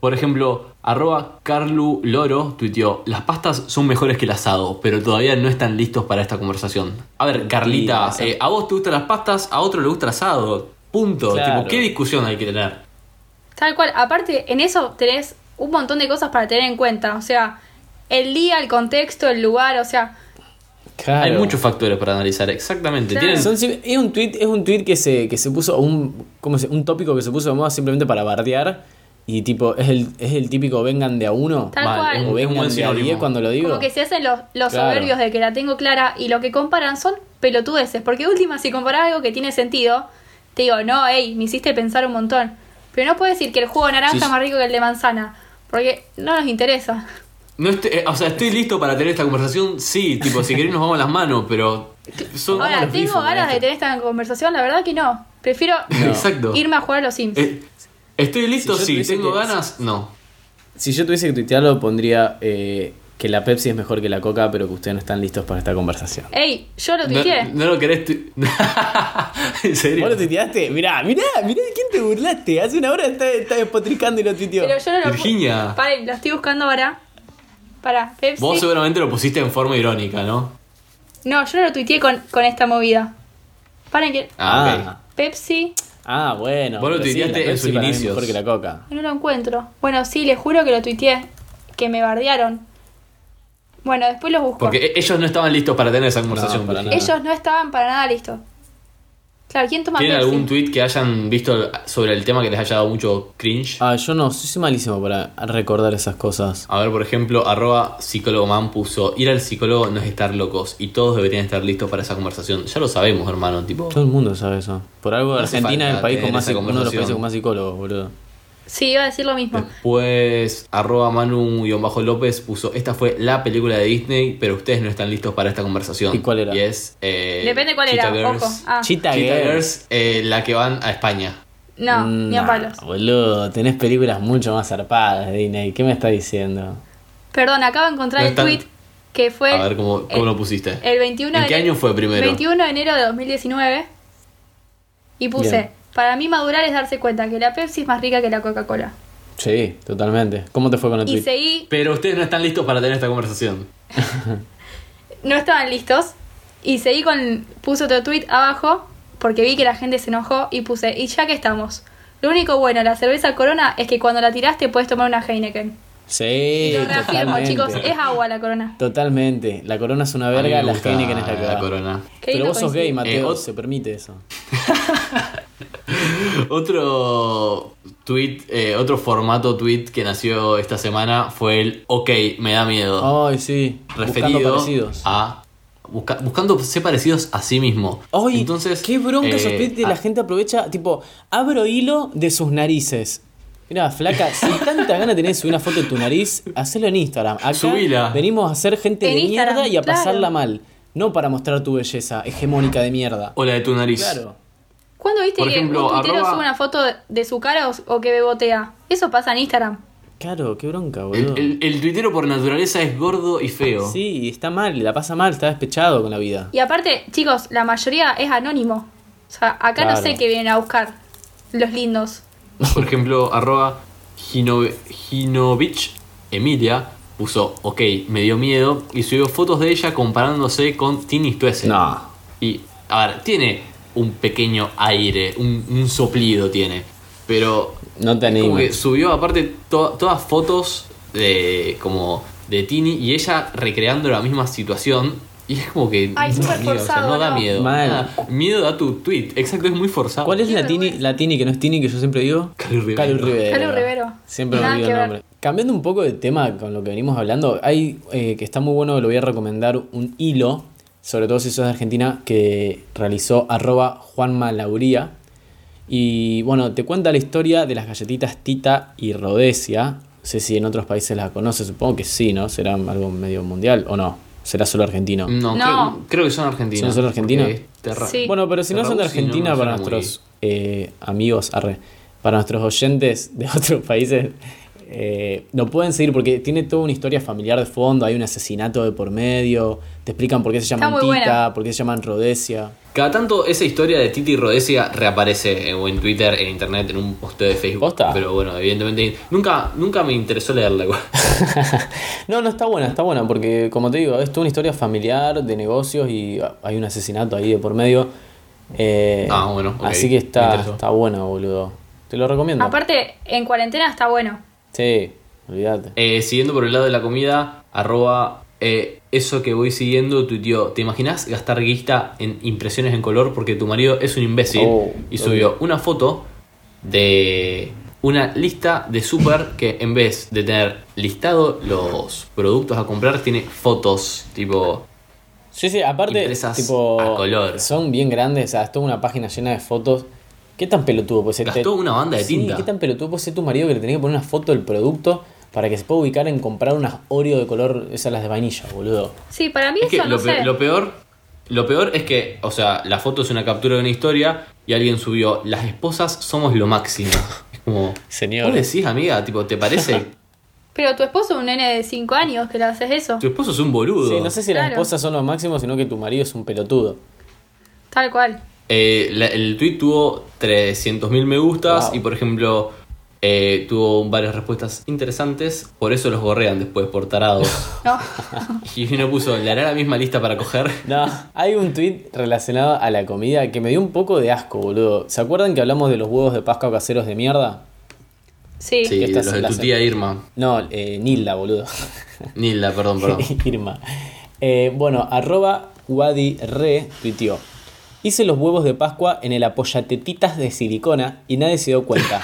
D: Por ejemplo, arroba Carlu Loro tuiteó, las pastas son mejores que el asado, pero todavía no están listos para esta conversación. A ver, Carlita,
B: esa-
D: eh, a vos te gustan las pastas, a otro le gusta el asado. Punto.
B: Claro.
D: Tipo, ¿qué discusión hay que tener?
C: Tal cual, aparte en eso tenés un montón de cosas para tener en cuenta, o sea, el día, el contexto, el lugar, o sea,
B: Claro.
D: Hay muchos factores para analizar, exactamente.
C: Claro.
D: Tienen-
B: Son sim- es un tweet, es un tweet que se, que se puso, un, ¿cómo se- un tópico que se puso de moda simplemente para bardear. Y tipo, es el, es el típico vengan de a uno.
C: Tal cual.
B: O
D: Es un buen
B: vengan de a
D: sinónimo.
B: diez cuando lo digo.
C: como que se hacen los, los
B: Claro.
C: soberbios de que la tengo clara y lo que comparan son pelotudeces, porque última, si comparás algo que tiene sentido, te digo, no, hey, me hiciste pensar un montón. Pero no puedes decir que el jugo de naranja
D: Sí,
C: es
D: sí.
C: más rico que el de manzana, porque no nos interesa.
D: No estoy- eh, o sea, ¿estoy listo para tener esta conversación? Sí, tipo, si querés nos vamos las manos, pero... Son
C: Ahora,
D: los
C: ¿tengo
D: bifos,
C: ganas de
D: maestro.
C: tener esta conversación? La verdad que no. Prefiero
D: Exacto.
C: irme a jugar a los Sims.
D: Eh, ¿Estoy listo?
B: Si yo
D: sí.
B: tuviese
D: ¿Tengo
B: que-
D: ganas? No.
B: Si yo tuviese que tuitearlo, pondría eh, que la Pepsi es mejor que la Coca, pero que ustedes no están listos para esta conversación.
C: Ey, yo lo
D: No,
C: tuiteé.
D: no lo querés... tu- en serio.
B: ¿Vos lo tuiteaste? Mirá, mirá, mirá de quién te burlaste. Hace una hora está, está despotricando y lo tuiteó.
C: pero yo no lo pu-
D: Virginia.
C: Paren, lo estoy buscando ahora. Para, Pepsi.
D: Vos eh. seguramente lo pusiste en forma irónica, ¿no?
C: No, yo no lo tuiteé con, con esta movida. Paren que.
D: Ah, ok.
C: Pepsi.
B: Ah, bueno.
D: Vos lo
B: pero sí,
D: tuiteaste
B: la
D: en
B: Pepsi
D: sus
B: para mí es
D: inicios.
B: Mejor que la coca.
C: No lo encuentro. Bueno, sí, les juro que lo tuiteé. Que me bardearon. Bueno, después los busco.
D: Porque e- ellos no estaban listos para tener esa conversación.
B: para
D: Virginia.
B: nada.
C: Ellos no estaban para nada listos. Claro, ¿quién toma
D: ¿Tienen
C: Pepsi?
D: algún tweet que hayan visto sobre el tema que les haya dado mucho cringe?
B: Ah, yo no, soy malísimo para recordar esas cosas.
D: A ver, por ejemplo, arroba psicólogoman puso, ir al psicólogo no es estar locos y todos deberían estar listos para esa conversación. Ya lo sabemos, hermano, tipo...
B: Todo el mundo sabe eso. Por algo
D: No hace
B: Argentina es el
D: falta
B: país con
D: tener
B: más
D: esa
B: uno de los países
D: conversación.
B: con más psicólogos, boludo.
C: Sí, iba a decir lo
D: Eh,
C: mismo.
D: Después, arroba Manu-López puso, esta fue la película de Disney, pero ustedes no están listos para esta conversación.
B: ¿Y cuál era?
D: Y es... eh,
C: Depende cuál
D: Cheetah
C: era,
D: Girls.
C: ojo. Ah,
B: Cheetah
D: Cheetah
B: Girls.
D: Girls, eh, la que van a España.
C: no, ni a
B: Mm,
D: Mm,
B: Nah,
C: palos.
B: Boludo, tenés películas mucho más zarpadas de Disney. ¿Qué me estás diciendo?
C: Perdón, acabo de encontrar
D: No
C: el
D: están-
C: tweet que fue...
D: A ver cómo, cómo
C: el-
D: lo pusiste.
C: El 21
D: ¿En
C: de
D: qué
C: ene-
D: año fue primero?
C: 21 de enero de 2019. Y puse,
B: Bien.
C: para mí madurar es darse cuenta que la Pepsi es más rica que la Coca-Cola.
B: Sí, totalmente. ¿Cómo te fue con el
C: Y
B: tweet?
C: seguí,
D: Pero ustedes no están listos para tener esta conversación.
C: no estaban listos. Y seguí con, puse otro tweet abajo, porque vi que la gente se enojó y puse, y ya que estamos. Lo único bueno de la cerveza Corona es que cuando la tiraste puedes tomar una Heineken.
B: Sí,
C: Lo reafirmo,
B: totalmente.
C: chicos, es agua la Corona.
B: Totalmente. La corona es una
D: A mí
B: verga,
D: me
B: la
D: gusta
B: Heineken es la que
D: la
B: va.
D: corona.
C: Qué
B: Pero
C: lindo
B: vos sos
C: coincidir.
B: gay,
D: Eh,
B: Mateo,
D: ot-
B: se permite eso.
D: Otro tweet, eh, otro formato tweet que nació esta semana fue el OK, me da miedo.
B: Ay, sí. Buscando
D: Ah. referido
B: parecidos.
D: a busca- buscándose parecidos a sí mismo.
B: Ay,
D: Entonces,
B: qué bronca
D: eh,
B: esos tweets de
D: ah,
B: la gente aprovecha, tipo, abro hilo de sus narices. Mira, flaca, si tanta gana tenés de subir una foto de tu nariz, hacelo en Instagram. Acá
D: Subila.
B: venimos a ser gente
C: En
B: de
C: Instagram,
B: mierda y a
C: claro.
B: pasarla mal. No para mostrar tu belleza hegemónica de mierda.
D: O la de tu nariz.
B: Claro.
C: ¿Cuándo viste
D: Por
C: que
D: ejemplo,
C: un tuitero
D: arroba-
C: sube una foto de- de su cara o, o que bebotea? Eso pasa en Instagram.
B: Claro, qué bronca, boludo.
D: El, el, el tuitero por naturaleza es gordo y feo.
B: Sí, está mal, la pasa mal, está despechado con la vida.
C: Y aparte, chicos, la mayoría es anónimo. O sea, acá
B: Claro.
C: no sé qué vienen a buscar los lindos.
D: Por ejemplo, arroba Gino- Ginovich Emilia puso, ok, me dio miedo y subió fotos de ella comparándose con Tini Stoessel.
B: No.
D: Y, a ver, tiene un pequeño aire, un, un soplido tiene. Pero
B: No te
D: como que
B: animes.
D: subió aparte to- todas fotos de como de Tini y ella recreando la misma situación. Y es como que
C: Ay, súper
D: amigo, o sea,
C: forzado,
D: no da
C: ¿no?
D: miedo.
B: Mal.
D: nada. Miedo da tu tweet. Exacto, es muy forzado.
B: ¿Cuál es
C: Qué
B: la tini,
C: vergüenza.
B: la tini que no es tini que yo siempre digo?
D: Calu Rivero.
B: Calu Rivero.
C: Calu Rivero.
B: Siempre me
C: Nada
B: olvido
C: que
B: el
C: ver.
B: nombre. Cambiando un poco de tema con lo que venimos hablando, hay eh, que está muy bueno, lo voy a recomendar un hilo, sobre todo si sos de Argentina, que realizó arroba Juanma Lauría. Y bueno, te cuenta la historia de las galletitas Tita y Rodesia. No sé si en otros países las conoces, supongo que sí, ¿no? Será algo medio mundial o no. Será solo argentino.
D: No,
C: No.
D: Creo, creo que son argentinos.
B: ¿Son solo argentinos?
D: porque Terra-
C: Sí.
B: Bueno, pero si no son de
D: Terrausi no me
B: Argentina, para
D: suena muy-
B: nuestros eh, amigos, arre, para nuestros oyentes de otros países, eh, lo pueden seguir porque tiene toda una historia familiar de fondo, hay un asesinato de por medio, te explican por qué se llaman
C: muy buena.
B: Tita, por qué se llaman Rodesia.
D: Cada tanto esa historia de Titi Rodesia reaparece en, o en Twitter, en internet, en un posteo de Facebook.
B: ¿Posta?
D: Pero bueno, evidentemente nunca, nunca me interesó leerla igual.
B: no, no, está buena, está buena, porque como te digo, es toda una historia familiar de negocios y ah, hay un asesinato ahí de por medio. eh,
D: Ah, bueno, ok,
B: Así que
D: me
B: está,
D: interesó.
B: está buena, boludo. Te lo recomiendo.
C: Aparte, en cuarentena está bueno.
B: sí, olvídate.
D: Eh, siguiendo por el lado de la comida, arroba eh, eso que voy siguiendo tu tío. ¿Te imaginas gastar guista en impresiones en color porque tu marido es un imbécil?
B: Oh,
D: y subió una foto de una lista de súper que en vez de tener listado los productos a comprar, tiene fotos tipo...
B: Sí, sí, aparte,
D: Impresas
B: tipo,
D: a color.
B: son bien grandes, o sea, es toda una página llena de fotos. ¿Qué tan pelotudo puede ser?
D: Gastó una banda de
B: Sí,
D: tinta.
B: ¿Qué tan pelotudo puede ser tu marido que le tenía que poner una foto del producto para que se pueda ubicar en comprar unas Oreo de color, esas las de vainilla, boludo?
C: Sí, para mí
D: Es que
C: eso
D: lo,
C: no
D: pe-
C: sé.
D: lo peor, lo peor es que, o sea, la foto es una captura de una historia y alguien subió, las esposas somos lo máximo. Es como...
B: Señor.
D: ¿Vos decís, amiga? Tipo, ¿te parece?
C: Pero tu esposo es un nene de 5 años que le haces eso.
D: Tu esposo es un boludo.
B: Sí, no sé si las
C: Claro.
B: esposas son los máximos, sino que tu marido es un pelotudo.
C: Tal cual.
D: Eh, la- el tweet tuvo 300.000 me gustas
B: Wow.
D: y, por ejemplo, Eh, tuvo varias respuestas interesantes, por eso los gorrean después, por tarados.
C: No.
D: y uno puso, ¿le hará la misma lista para coger?
B: No, hay un tweet relacionado a la comida que me dio un poco de asco, boludo. ¿Se acuerdan que hablamos de los huevos de Pascua caseros de mierda?
C: Sí.
D: Sí,
B: Estas
D: los de
B: son
D: tu
B: las-
D: tía Irma.
B: No, eh, Nilda, boludo.
D: Nilda, perdón, perdón.
B: Irma. Eh, bueno, arroba Wadi Re tuiteó. Hice los huevos de Pascua en el apoyatetitas de silicona y nadie se dio cuenta.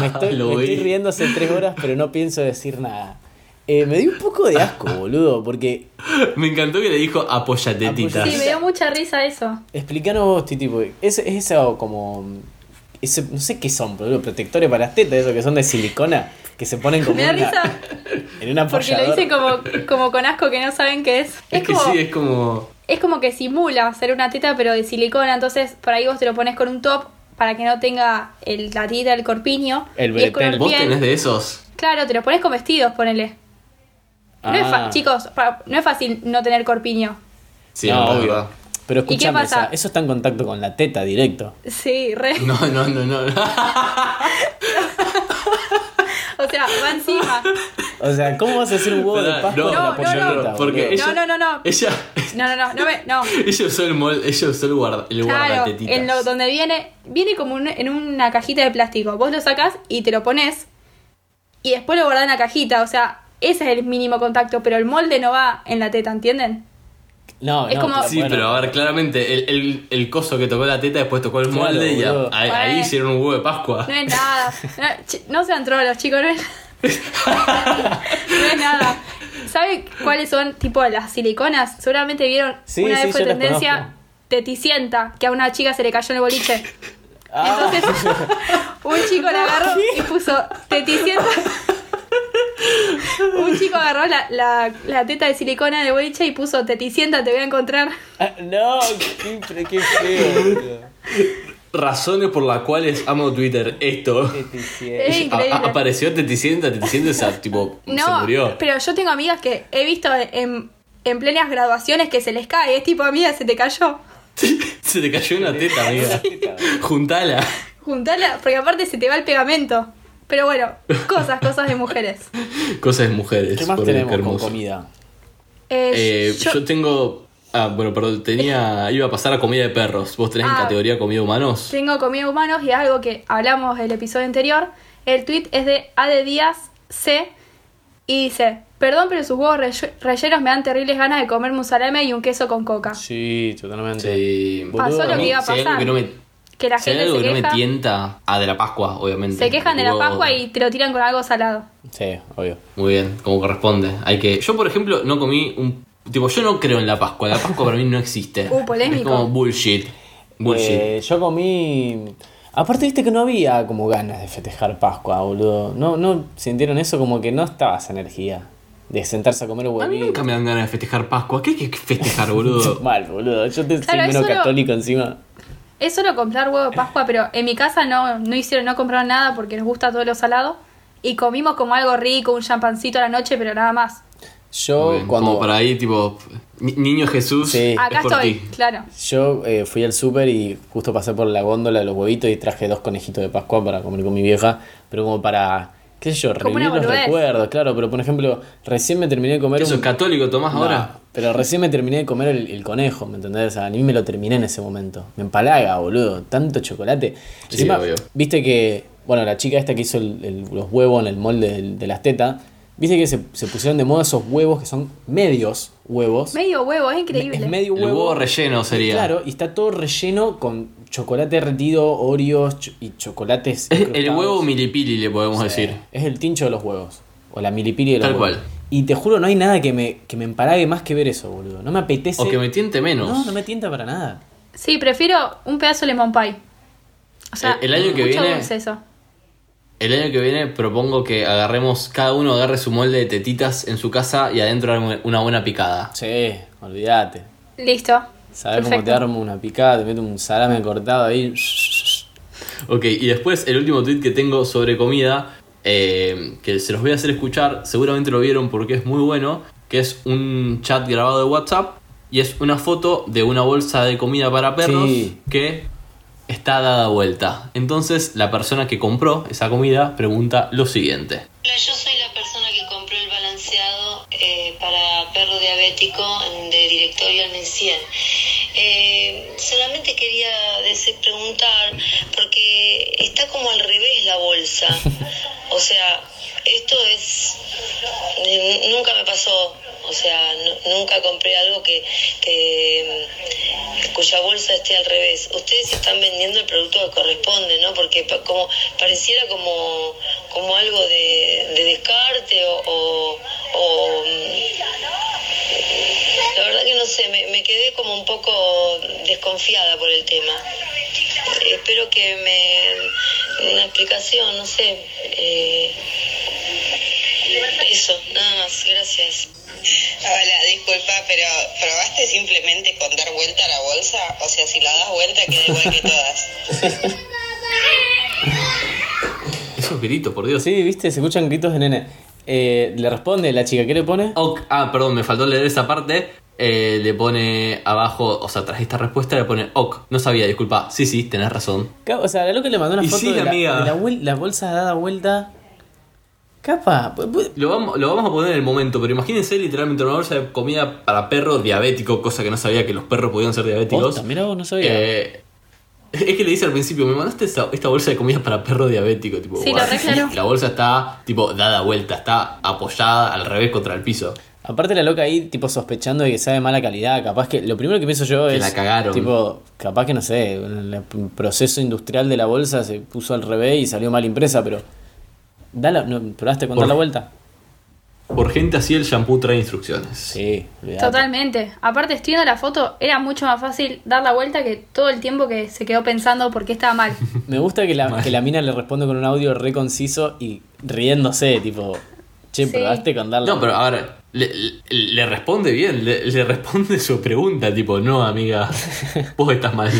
B: me estoy,
D: Lo
B: me
D: vi.
B: estoy riendo hace tres horas, pero no pienso decir nada. Eh, me dio un poco de asco, boludo, porque.
D: Me encantó que le dijo apoyatetita.
C: Sí, me dio mucha risa eso.
B: Explícanos vos, Titi, porque es, es eso como. ese- no sé qué son, boludo, protectores para las tetas, esos que son de silicona, que se ponen como.
C: Me da
B: una-
C: risa
B: En una
C: porque lo dice como, como con asco que no saben qué es.
D: Es
C: Es,
D: que
C: como,
D: sí, es como...
C: es como que simula ser una teta pero de silicona, entonces por ahí vos te lo pones con un top para que no tenga el, la tita, el corpiño.
B: El
C: y es con
B: bretén.
D: ¿Vos
C: piel.
D: tenés de esos?
C: Claro, te lo pones con vestidos, ponele. No es fa-
B: Ah.
C: chicos, pa- no es fácil no tener corpiño.
D: Sí,
B: no,
D: no,
B: obvio.
D: verdad.
B: Pero
C: qué
B: escuchame,
C: pasa?
B: esa- eso está en contacto con la teta directo.
C: Sí, re.
D: No, no, no, no.
C: O sea, va encima.
B: O sea, ¿cómo vas a hacer un huevo de
D: Pará,
B: Pascua
D: no,
B: con la
C: no, no,
B: polloteta,
D: porque
B: boludo?
D: ella-
C: No, no, no, no.
D: Ella,
C: No, no, no, no me- no.
D: ella usó el, mol, ella usó el, guarda, el
C: Claro,
D: guardatetitas.
C: en lo, donde viene, viene como un- en una cajita de plástico. Vos lo sacás y te lo pones y después lo guardás en la cajita. O sea, ese es el mínimo contacto, pero el molde no va en la teta, ¿entienden?
B: No,
C: Es
B: no,
C: como-
D: Sí,
B: bueno,
D: pero a ver, claramente el, el, el coso que tocó la teta después tocó el
B: Claro,
D: molde y a-
B: boludo.
D: ahí- ahí
C: Bueno.
D: hicieron un huevo de Pascua.
C: No es nada. No, chi- no sean trolos, chicos. No es, no es nada. ¿Saben cuáles son tipo las siliconas? Seguramente vieron
B: Sí,
C: una
B: sí,
C: vez fue
B: yo las
C: tendencia
B: conozco.
C: teticienta que a una chica se le cayó en el boliche.
B: Ah.
C: Entonces un chico la agarró y puso teticienta. Un chico agarró la, la- la teta de silicona de boliche y puso teticienta, te voy a encontrar.
B: Ah, No, qué, qué- qué feo, boludo.
D: Razones por las cuales amo Twitter. Esto.
B: Qué te hicieron.
C: Es
D: A- a-
C: increíble.
D: apareció Teticienta, Teticienta esa, tipo, se
C: No,
D: murió.
C: pero yo tengo amigas que he visto en, en plenas graduaciones que se les cae. Es tipo, amiga, se te cayó.
D: Se te cayó una teta, amiga. Juntala.
C: Juntala, porque aparte se te va el pegamento. Pero bueno, cosas, cosas de mujeres.
D: Cosas de mujeres.
B: ¿Qué más
D: por Dios,
B: tenemos
D: qué
B: con
D: hermoso.
B: comida?
C: Eh,
D: Eh,
C: yo-
D: yo... tengo. Ah, bueno, perdón, tenía. Iba a pasar a comida de perros. ¿Vos tenés en
C: Ah.
D: categoría comida humanos?
C: tengo comida humanos y algo que hablamos el episodio anterior. El tweet es de Ade Díaz C y dice: Perdón, pero sus huevos relle- rellenos me dan terribles ganas de comerme un salame y un queso con coca.
B: Sí, totalmente.
D: Sí.
B: Pasó
D: Boludo,
B: lo
D: a mí,
B: que
C: iba a
D: si hay algo
C: pasar.
D: que no me-
C: Que la
D: si hay
C: gente
D: algo
C: se
D: que no me
C: queja,
D: tienta. Ah, de la Pascua, obviamente.
C: se quejan de la
D: Huevo.
C: Pascua y te lo tiran con algo salado.
B: Sí, obvio.
D: Muy bien, como corresponde. Hay que. Yo, por ejemplo, no comí un. Tipo, yo no creo en la Pascua. La Pascua para mí no existe.
C: Uh, polémico.
D: Es como bullshit. Bullshit.
B: Eh, yo comí. Aparte, viste que no había como ganas de festejar Pascua, boludo. No, no sintieron eso como que no estaba esa energía de sentarse a comer
D: a mí
B: huevitos.
D: nunca me dan ganas de festejar Pascua. ¿Qué hay que festejar, boludo?
B: Mal, boludo. Yo te soy
C: Claro,
B: menos
C: eso no-
B: católico encima.
C: Es solo comprar
D: Eh.
C: huevo de Pascua, pero en mi casa no, no hicieron, no compraron nada porque nos gusta todo lo salado. Y comimos como algo rico, un champancito a la noche, pero nada más.
B: Yo
D: Muy bien,
B: cuando.
D: Como para ahí, tipo. ni- Niño Jesús.
B: Sí.
D: Eh, es
C: Acá
D: por
C: estoy,
D: ti.
C: claro.
B: Yo eh, fui al súper y justo pasé por la góndola de los huevitos y traje dos conejitos de Pascua para comer con mi vieja, pero como para, qué sé yo,
C: Como una
B: revivir los
C: boludez.
B: recuerdos, claro, pero por ejemplo, recién me terminé de comer...
D: ¿Eso
B: un-
D: es católico, Tomás,
B: No,
D: ahora?
B: pero recién me terminé de comer el, el conejo, ¿me entendés? O sea, a mí me lo terminé en ese momento. Me empalaga, boludo, tanto chocolate.
D: Sí,
B: Encima,
D: obvio.
B: viste que, bueno, la chica esta que hizo el- el- los huevos en el molde del- de las tetas, viste que se, se pusieron de moda esos huevos que son medios huevos.
C: Medio huevo, es increíble.
B: Es medio
D: El
B: huevo.
D: huevo relleno sería.
B: Eh, Claro, y está todo relleno con chocolate derretido, Oreos cho- y chocolates.
D: Es el
B: incrustados.
D: huevo milipili, le podemos decir.
B: Eh, Es el tincho de los huevos. O la milipili de los
D: Tal
B: huevos.
D: cual.
B: Y te juro, no hay nada que me, que me empalague más que ver eso, boludo. No me apetece.
D: O que me tiente menos.
B: No, no me tienta para nada.
C: Sí, prefiero un pedazo de lemon pie. O sea,
D: El- el año que
C: mucho
D: viene-
C: dulce eso.
D: El año que viene propongo que agarremos, cada uno agarre su molde de tetitas en su casa y adentro arme una buena picada.
B: Sí, olvídate.
C: Listo.
B: Saber cómo te
C: Perfecto.
B: armo una picada, te meto un salame cortado ahí.
D: Ok, y después el último tweet que tengo sobre comida, eh, que se los voy a hacer escuchar, seguramente lo vieron porque es muy bueno, que es un chat grabado de WhatsApp y es una foto de una bolsa de comida para perros
B: Sí.
D: que está dada vuelta. Entonces la persona que compró esa comida pregunta lo siguiente.
F: Hola, yo soy la persona que compró el balanceado eh, para perro diabético de directorio al Mencien. Eh, solamente quería dese- preguntar, porque está como al revés la bolsa. O sea, esto es. eh, Nunca me pasó. O sea, nu- nunca compré algo que, que, mm, cuya bolsa esté al revés. Ustedes están vendiendo el producto que corresponde, ¿no? Porque pa- como pareciera como, como algo de, de descarte o- o- o mm, la verdad que no sé, me, me quedé como un poco desconfiada por el tema. Eh, Espero que me... una explicación, no sé. eh, eso, nada más, gracias.
G: Hola, disculpa, pero ¿probaste simplemente con dar vuelta a la bolsa? O sea, si la das vuelta queda igual que todas.
D: Esos gritos, por Dios.
B: Sí, viste, se escuchan gritos de nene. Eh, le responde la chica, ¿qué le pone?
D: Ok, ah, perdón, me faltó leer esa parte. Eh, le pone abajo, o sea, tras esta respuesta le pone, ok, no sabía, disculpa. Sí, sí, tenés razón.
B: Ca- O sea, lo que le mandó una
D: Y
B: foto
D: sí,
B: de, la,
D: amiga.
B: de la vuel- la bolsa dada vuelta. Capa, pu- pu-
D: Lo vamos, lo vamos a poner en el momento, pero imagínense literalmente una bolsa de comida para perro diabético, cosa que no sabía que los perros podían ser diabéticos.
B: posta, mira vos, no sabía.
D: Eh, es que le dice al principio, me mandaste esta, esta bolsa de comida para perro diabético, tipo,
C: Sí, lo
D: guau.
C: reclaró.
D: la bolsa está tipo dada vuelta, está apoyada al revés contra el piso.
B: Aparte la loca ahí, tipo, sospechando de que sabe mala calidad, capaz que, lo primero que pienso yo
D: Que
B: es,
D: la cagaron.
B: tipo, capaz que, no sé, en el proceso industrial de la bolsa se puso al revés y salió mal impresa, pero, dala, no, ¿probaste con
D: Por-
B: dar la vuelta?
D: Por gente así el shampoo trae instrucciones.
B: Sí, olvidate.
C: Totalmente. Aparte, estoy viendo la foto, era mucho más fácil dar la vuelta que todo el tiempo que se quedó pensando por qué estaba mal.
B: Me gusta que la, que la mina le responde con un audio re conciso y riéndose, tipo, che,
C: Sí.
B: ¿probaste con dar la
D: No, pero ahora, le, le- le responde bien, le, le responde su pregunta, tipo, no, amiga, vos estás mal.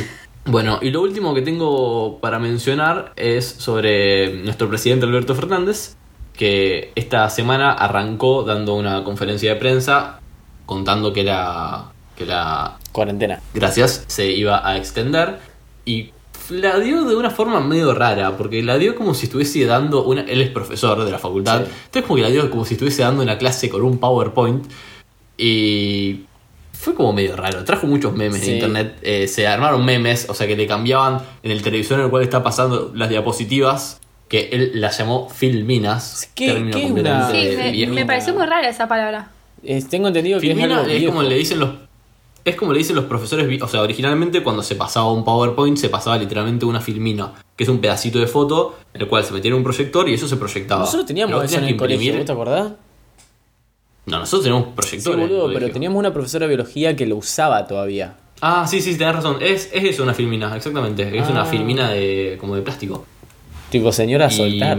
D: Bueno, y lo último que tengo para mencionar es sobre nuestro presidente Alberto Fernández, que esta semana arrancó dando una conferencia de prensa contando que la, que la
B: cuarentena?
D: gracias, se iba a extender y la dio de una forma medio rara, porque la dio como si estuviese dando una... Él es profesor de la
B: Sí.
D: facultad, entonces como que la dio como si estuviese dando una clase con un PowerPoint y fue como medio raro, trajo muchos memes
B: Sí.
D: de internet, eh, se armaron memes, o sea que le cambiaban en el televisor en el cual está pasando las diapositivas, que él las llamó Filminas,
B: ¿Qué-
D: término
B: qué es una-
D: completamente
C: Sí, me,
D: viejo.
C: me pareció muy rara esa palabra.
B: Eh, tengo entendido que es
D: Filmina
B: algo
D: es,
B: viejo.
D: como le dicen los es como le dicen los profesores, vi- o sea, originalmente cuando se pasaba un PowerPoint se pasaba literalmente una filmina, que es un pedacito de foto en el cual se metía en un proyector y eso se proyectaba.
B: Nosotros
D: Luego
B: teníamos eso en
D: tenías
B: el
D: que imprimir-
B: colegio, ¿vos te acordás?
D: No, nosotros tenemos
B: Sí,
D: proyectores. en el
B: boludo, pero
D: colegio.
B: teníamos una profesora de biología que lo usaba todavía.
D: Ah, sí, sí, tenés razón. Es, es eso, una filmina, exactamente. Es
B: Ah.
D: una filmina de como de plástico.
B: Tipo, señora,
D: Y-
B: soltar.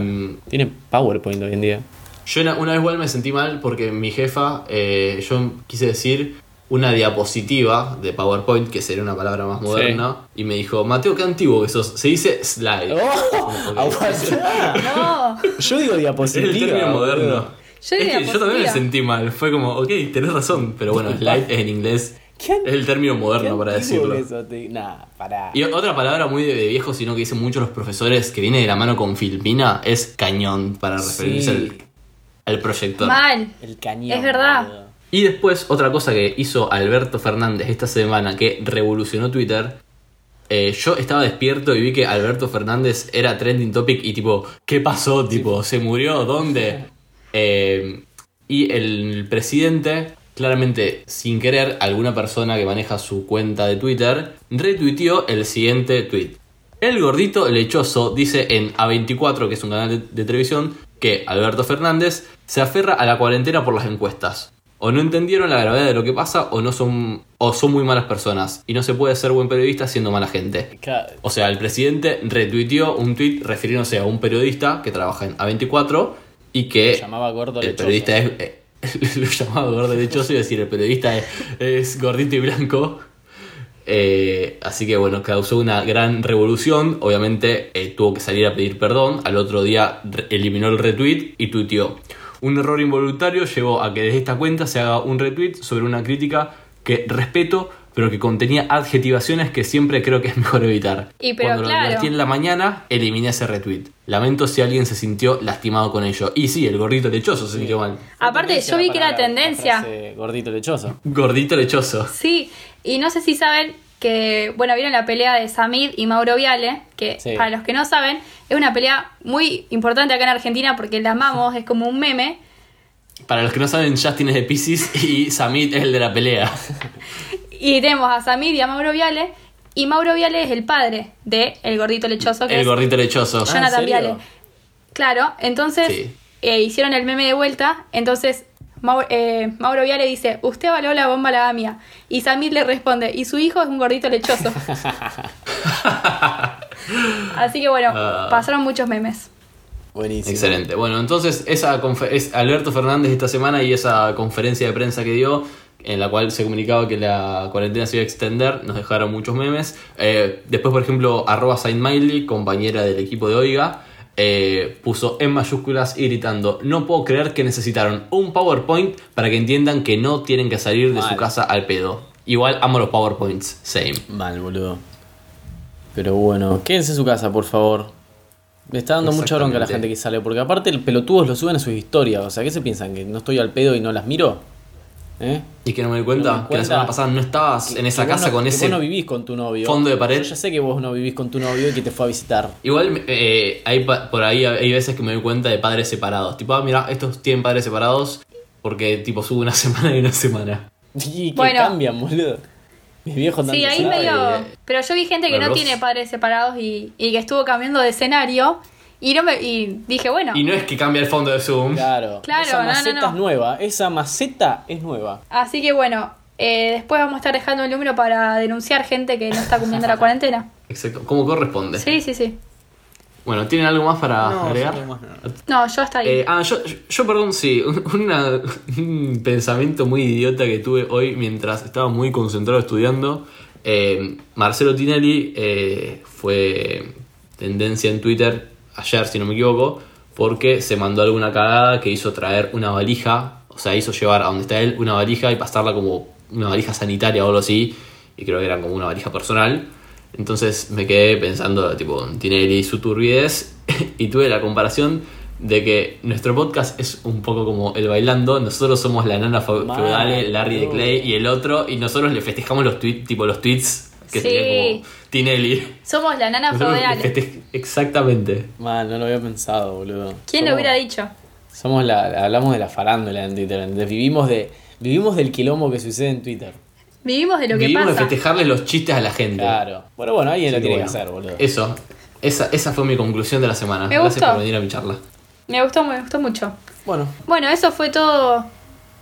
B: Tiene PowerPoint hoy en día.
D: Yo una, una vez igual me sentí mal porque mi jefa, eh, yo quise decir una diapositiva de PowerPoint, que sería una palabra más moderna, y me dijo, Mateo, qué antiguo que sos, se dice slide.
B: Aguantá.
C: No,
B: Yo digo
D: Es el
B: diapositiva.
D: término
B: boludo.
D: moderno.
C: Yo
D: es que
C: diapositiva.
D: yo también me sentí mal, fue como, ok, tenés razón, pero bueno, slide es en inglés,
B: ¿Qué an-
D: es el término
B: qué
D: moderno para
B: antiguo
D: decirlo.
B: que sos, te- Nah, pará.
D: Y otra palabra muy de viejo, sino que dicen muchos los profesores, que viene de la mano con filmina, es cañón para referirse
B: Sí.
D: al, al proyector.
C: mal.
B: El cañón.
C: Es verdad.
B: boludo.
D: Y después, otra cosa que hizo Alberto Fernández esta semana que revolucionó Twitter. eh, yo estaba despierto y vi que Alberto Fernández era trending topic y tipo, ¿qué pasó? Tipo, ¿se murió? ¿Dónde? Eh, y el presidente, claramente sin querer, alguna persona que maneja su cuenta de Twitter, retuiteó el siguiente tweet. El gordito lechoso dice en A24, que es un canal de, de televisión, que Alberto Fernández se aferra a la cuarentena por las encuestas. O no entendieron la gravedad de lo que pasa o no son o son muy malas personas y no se puede ser buen periodista siendo mala gente.
B: Ca-
D: O sea, el presidente retuiteó un tweet refiriéndose a un periodista que trabaja en A24 y que
B: Lo llamaba gordo
D: Eh, el
B: lechoso.
D: periodista es eh, lo llamaba gordo lechoso y decir el periodista es, es gordito y blanco. Eh, así que bueno, causó una gran revolución. Obviamente eh, tuvo que salir a pedir perdón. Al otro día re- eliminó el retweet y tuiteó. Un error involuntario llevó a que desde esta cuenta se haga un retweet sobre una crítica que respeto, pero que contenía adjetivaciones que siempre creo que es mejor evitar.
C: Y pero
D: Cuando
C: claro.
D: lo divertí en la mañana, eliminé ese retweet. Lamento si alguien se sintió lastimado con ello. Y sí, el gordito lechoso se sintió mal.
C: Aparte, yo vi que era tendencia.
B: Gordito lechoso.
D: Gordito lechoso.
C: Sí, y no sé si saben que, bueno, vieron la pelea de Samid y Mauro Viale, que
B: Sí.
C: para los que no saben, es una pelea muy importante acá en Argentina porque la amamos, es como un meme.
D: Para los que no saben, Justin es de Pisces y Samit es el de la pelea.
C: Y tenemos a Samid y a Mauro Viale, y Mauro Viale es el padre de El Gordito Lechoso, que
D: El
C: es
D: gordito lechoso.
B: Ah, ¿en
C: Jonathan
B: serio?
C: Viale. Claro, entonces
D: Sí.
C: eh, hicieron el meme de vuelta, entonces Mau- eh, Mauro Viale dice, usted való la bomba la mía. Y Samid le responde, y su hijo es un gordito lechoso. Así que bueno,
B: Ah.
C: pasaron muchos memes.
B: Buenísimo.
D: Excelente. Bueno, entonces esa confe- es Alberto Fernández esta semana y esa conferencia de prensa que dio, en la cual se comunicaba que la cuarentena se iba a extender, nos dejaron muchos memes. Eh, después, por ejemplo, arroba Saint Miley, compañera del equipo de Oiga, eh, puso en mayúsculas y gritando, no puedo creer que necesitaron un PowerPoint para que entiendan que no tienen que salir de su
B: Mal.
D: casa al pedo. Igual amo los PowerPoints, same.
B: Mal, boludo. Pero bueno, quédense en su casa, por favor. Me está dando mucha bronca a la
D: Exactamente.
B: gente que sale, porque aparte el pelotudos lo suben a sus historias. O sea, ¿qué se piensan? ¿Que no estoy al pedo y no las miro? ¿Eh?
D: Y que no me di cuenta,
B: No me
D: que la
B: cuenta
D: semana pasada no estabas en esa
B: Que vos
D: casa
B: no-
D: con
B: que
D: ese
B: Vos no vivís con tu novio.
D: fondo de pared.
B: Yo ya sé que vos no vivís con tu novio y que te fue a visitar.
D: Igual eh, hay pa- por ahí hay veces que me doy cuenta de padres separados. Tipo, ah, mira, estos tienen padres separados porque tipo sube una semana y una semana.
B: Y que
C: Bueno.
B: cambian, boludo. Mis viejos
C: Sí, ahí
D: sabe.
C: medio... Pero yo vi gente que
D: eh, Bueno,
C: no
D: vos-
C: tiene padres separados y, y que estuvo cambiando de escenario y, no me, y dije, bueno,
D: Y no es que cambia el fondo de Zoom.
B: Claro.
C: Claro,
B: Esa
C: no, no,
B: maceta
C: no.
B: es nueva. Esa maceta es nueva.
C: así que bueno, eh, después vamos a estar dejando el número para denunciar gente que no está cumpliendo la cuarentena.
D: Exacto, como corresponde.
C: Sí, sí, sí.
D: Bueno, ¿tienen algo más para agregar?
C: No, yo hasta ahí.
D: Eh, ah, yo, yo- yo, perdón, sí, un- una- un pensamiento muy idiota que tuve hoy mientras estaba muy concentrado estudiando. Eh, Marcelo Tinelli eh, fue tendencia en Twitter ayer, si no me equivoco, porque se mandó alguna cagada que hizo traer una valija, o sea, hizo llevar a donde está él una valija y pasarla como una valija sanitaria o algo así, y creo que era como una valija personal. Entonces me quedé pensando, tipo, en Tinelli y su turbidez, y tuve la comparación de que nuestro podcast es un poco como el bailando, nosotros somos la nana fe-
B: Mal,
D: feudal, Larry de
B: boludo.
D: Clay y el otro, y nosotros le festejamos los tweets, tipo los tweets que
C: Sí.
D: serían como Tinelli.
C: Somos la nana
D: Nosotros le
C: feudal.
D: feste- Exactamente.
B: Man, no lo había pensado, boludo.
C: ¿Quién
B: Somos-
C: lo hubiera dicho?
B: Somos la, la- hablamos de la farándula en Twitter. ¿entendés? Vivimos, de, vivimos del quilombo que sucede en Twitter.
C: Vivimos de lo que
D: Vivimos de
C: pasa.
D: festejarle los chistes a la gente.
B: Claro. Bueno, bueno, alguien lo
D: Así que
B: tiene que
D: bueno,
B: hacer, boludo.
D: Eso. Esa, esa fue mi conclusión de la semana.
C: Me
D: Gracias
C: gustó.
D: por venir a mi charla.
C: Me gustó, me gustó mucho.
B: Bueno,
C: Bueno, eso fue todo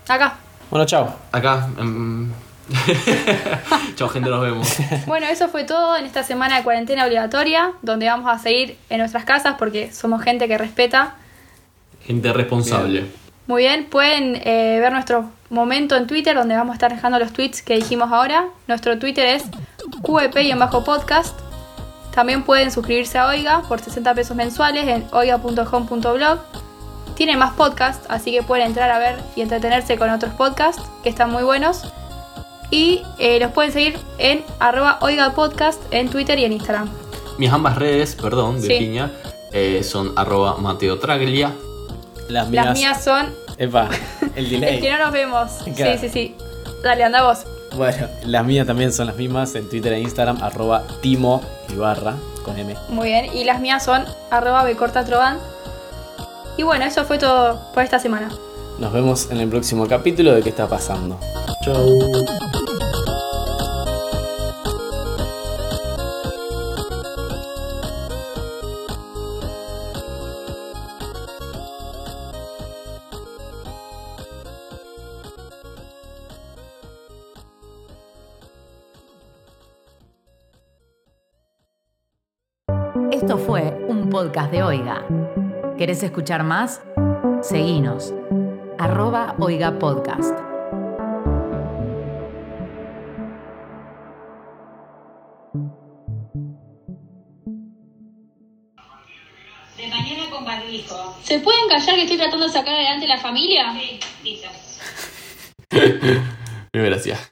C: acá.
B: bueno, chao.
D: Acá. em, Chao, gente, nos vemos.
C: Bueno, eso fue todo en esta semana de cuarentena obligatoria, donde vamos a seguir en nuestras casas porque somos gente que respeta.
D: Gente responsable.
C: Muy bien, pueden eh, ver nuestro momento en Twitter, donde vamos a estar dejando los tweets que dijimos ahora. Nuestro Twitter es E qep-podcast. También pueden suscribirse a Oiga por 60 pesos mensuales en oiga.com.blog. Tiene más podcasts, así que pueden entrar a ver y entretenerse con otros podcasts que están muy buenos. Y eh, los pueden seguir en arroba oigapodcast en Twitter y en Instagram.
D: Mis ambas redes, perdón,
C: Sí.
D: Virginia, eh, son arroba Mateo Traglia.
B: Las mías.
C: Las mías son...
B: Epa, el
C: Es
B: delay.
C: que no nos vemos.
B: Claro.
C: Sí, sí, sí. Dale, anda vos.
B: Bueno, las mías también son las mismas en Twitter e Instagram, arroba Timo y barra con M.
C: Muy bien, y las mías son arroba becortatroban. Y bueno, eso fue todo por esta semana.
B: Nos vemos en el próximo capítulo de qué está pasando.
A: Esto fue un podcast de Oiga. ¿Querés escuchar más? Seguinos. Arroba Oiga Podcast.
H: De mañana con barbijo.
C: ¿Se pueden callar que estoy tratando de sacar adelante la familia?
H: Listo.
D: Mil gracias.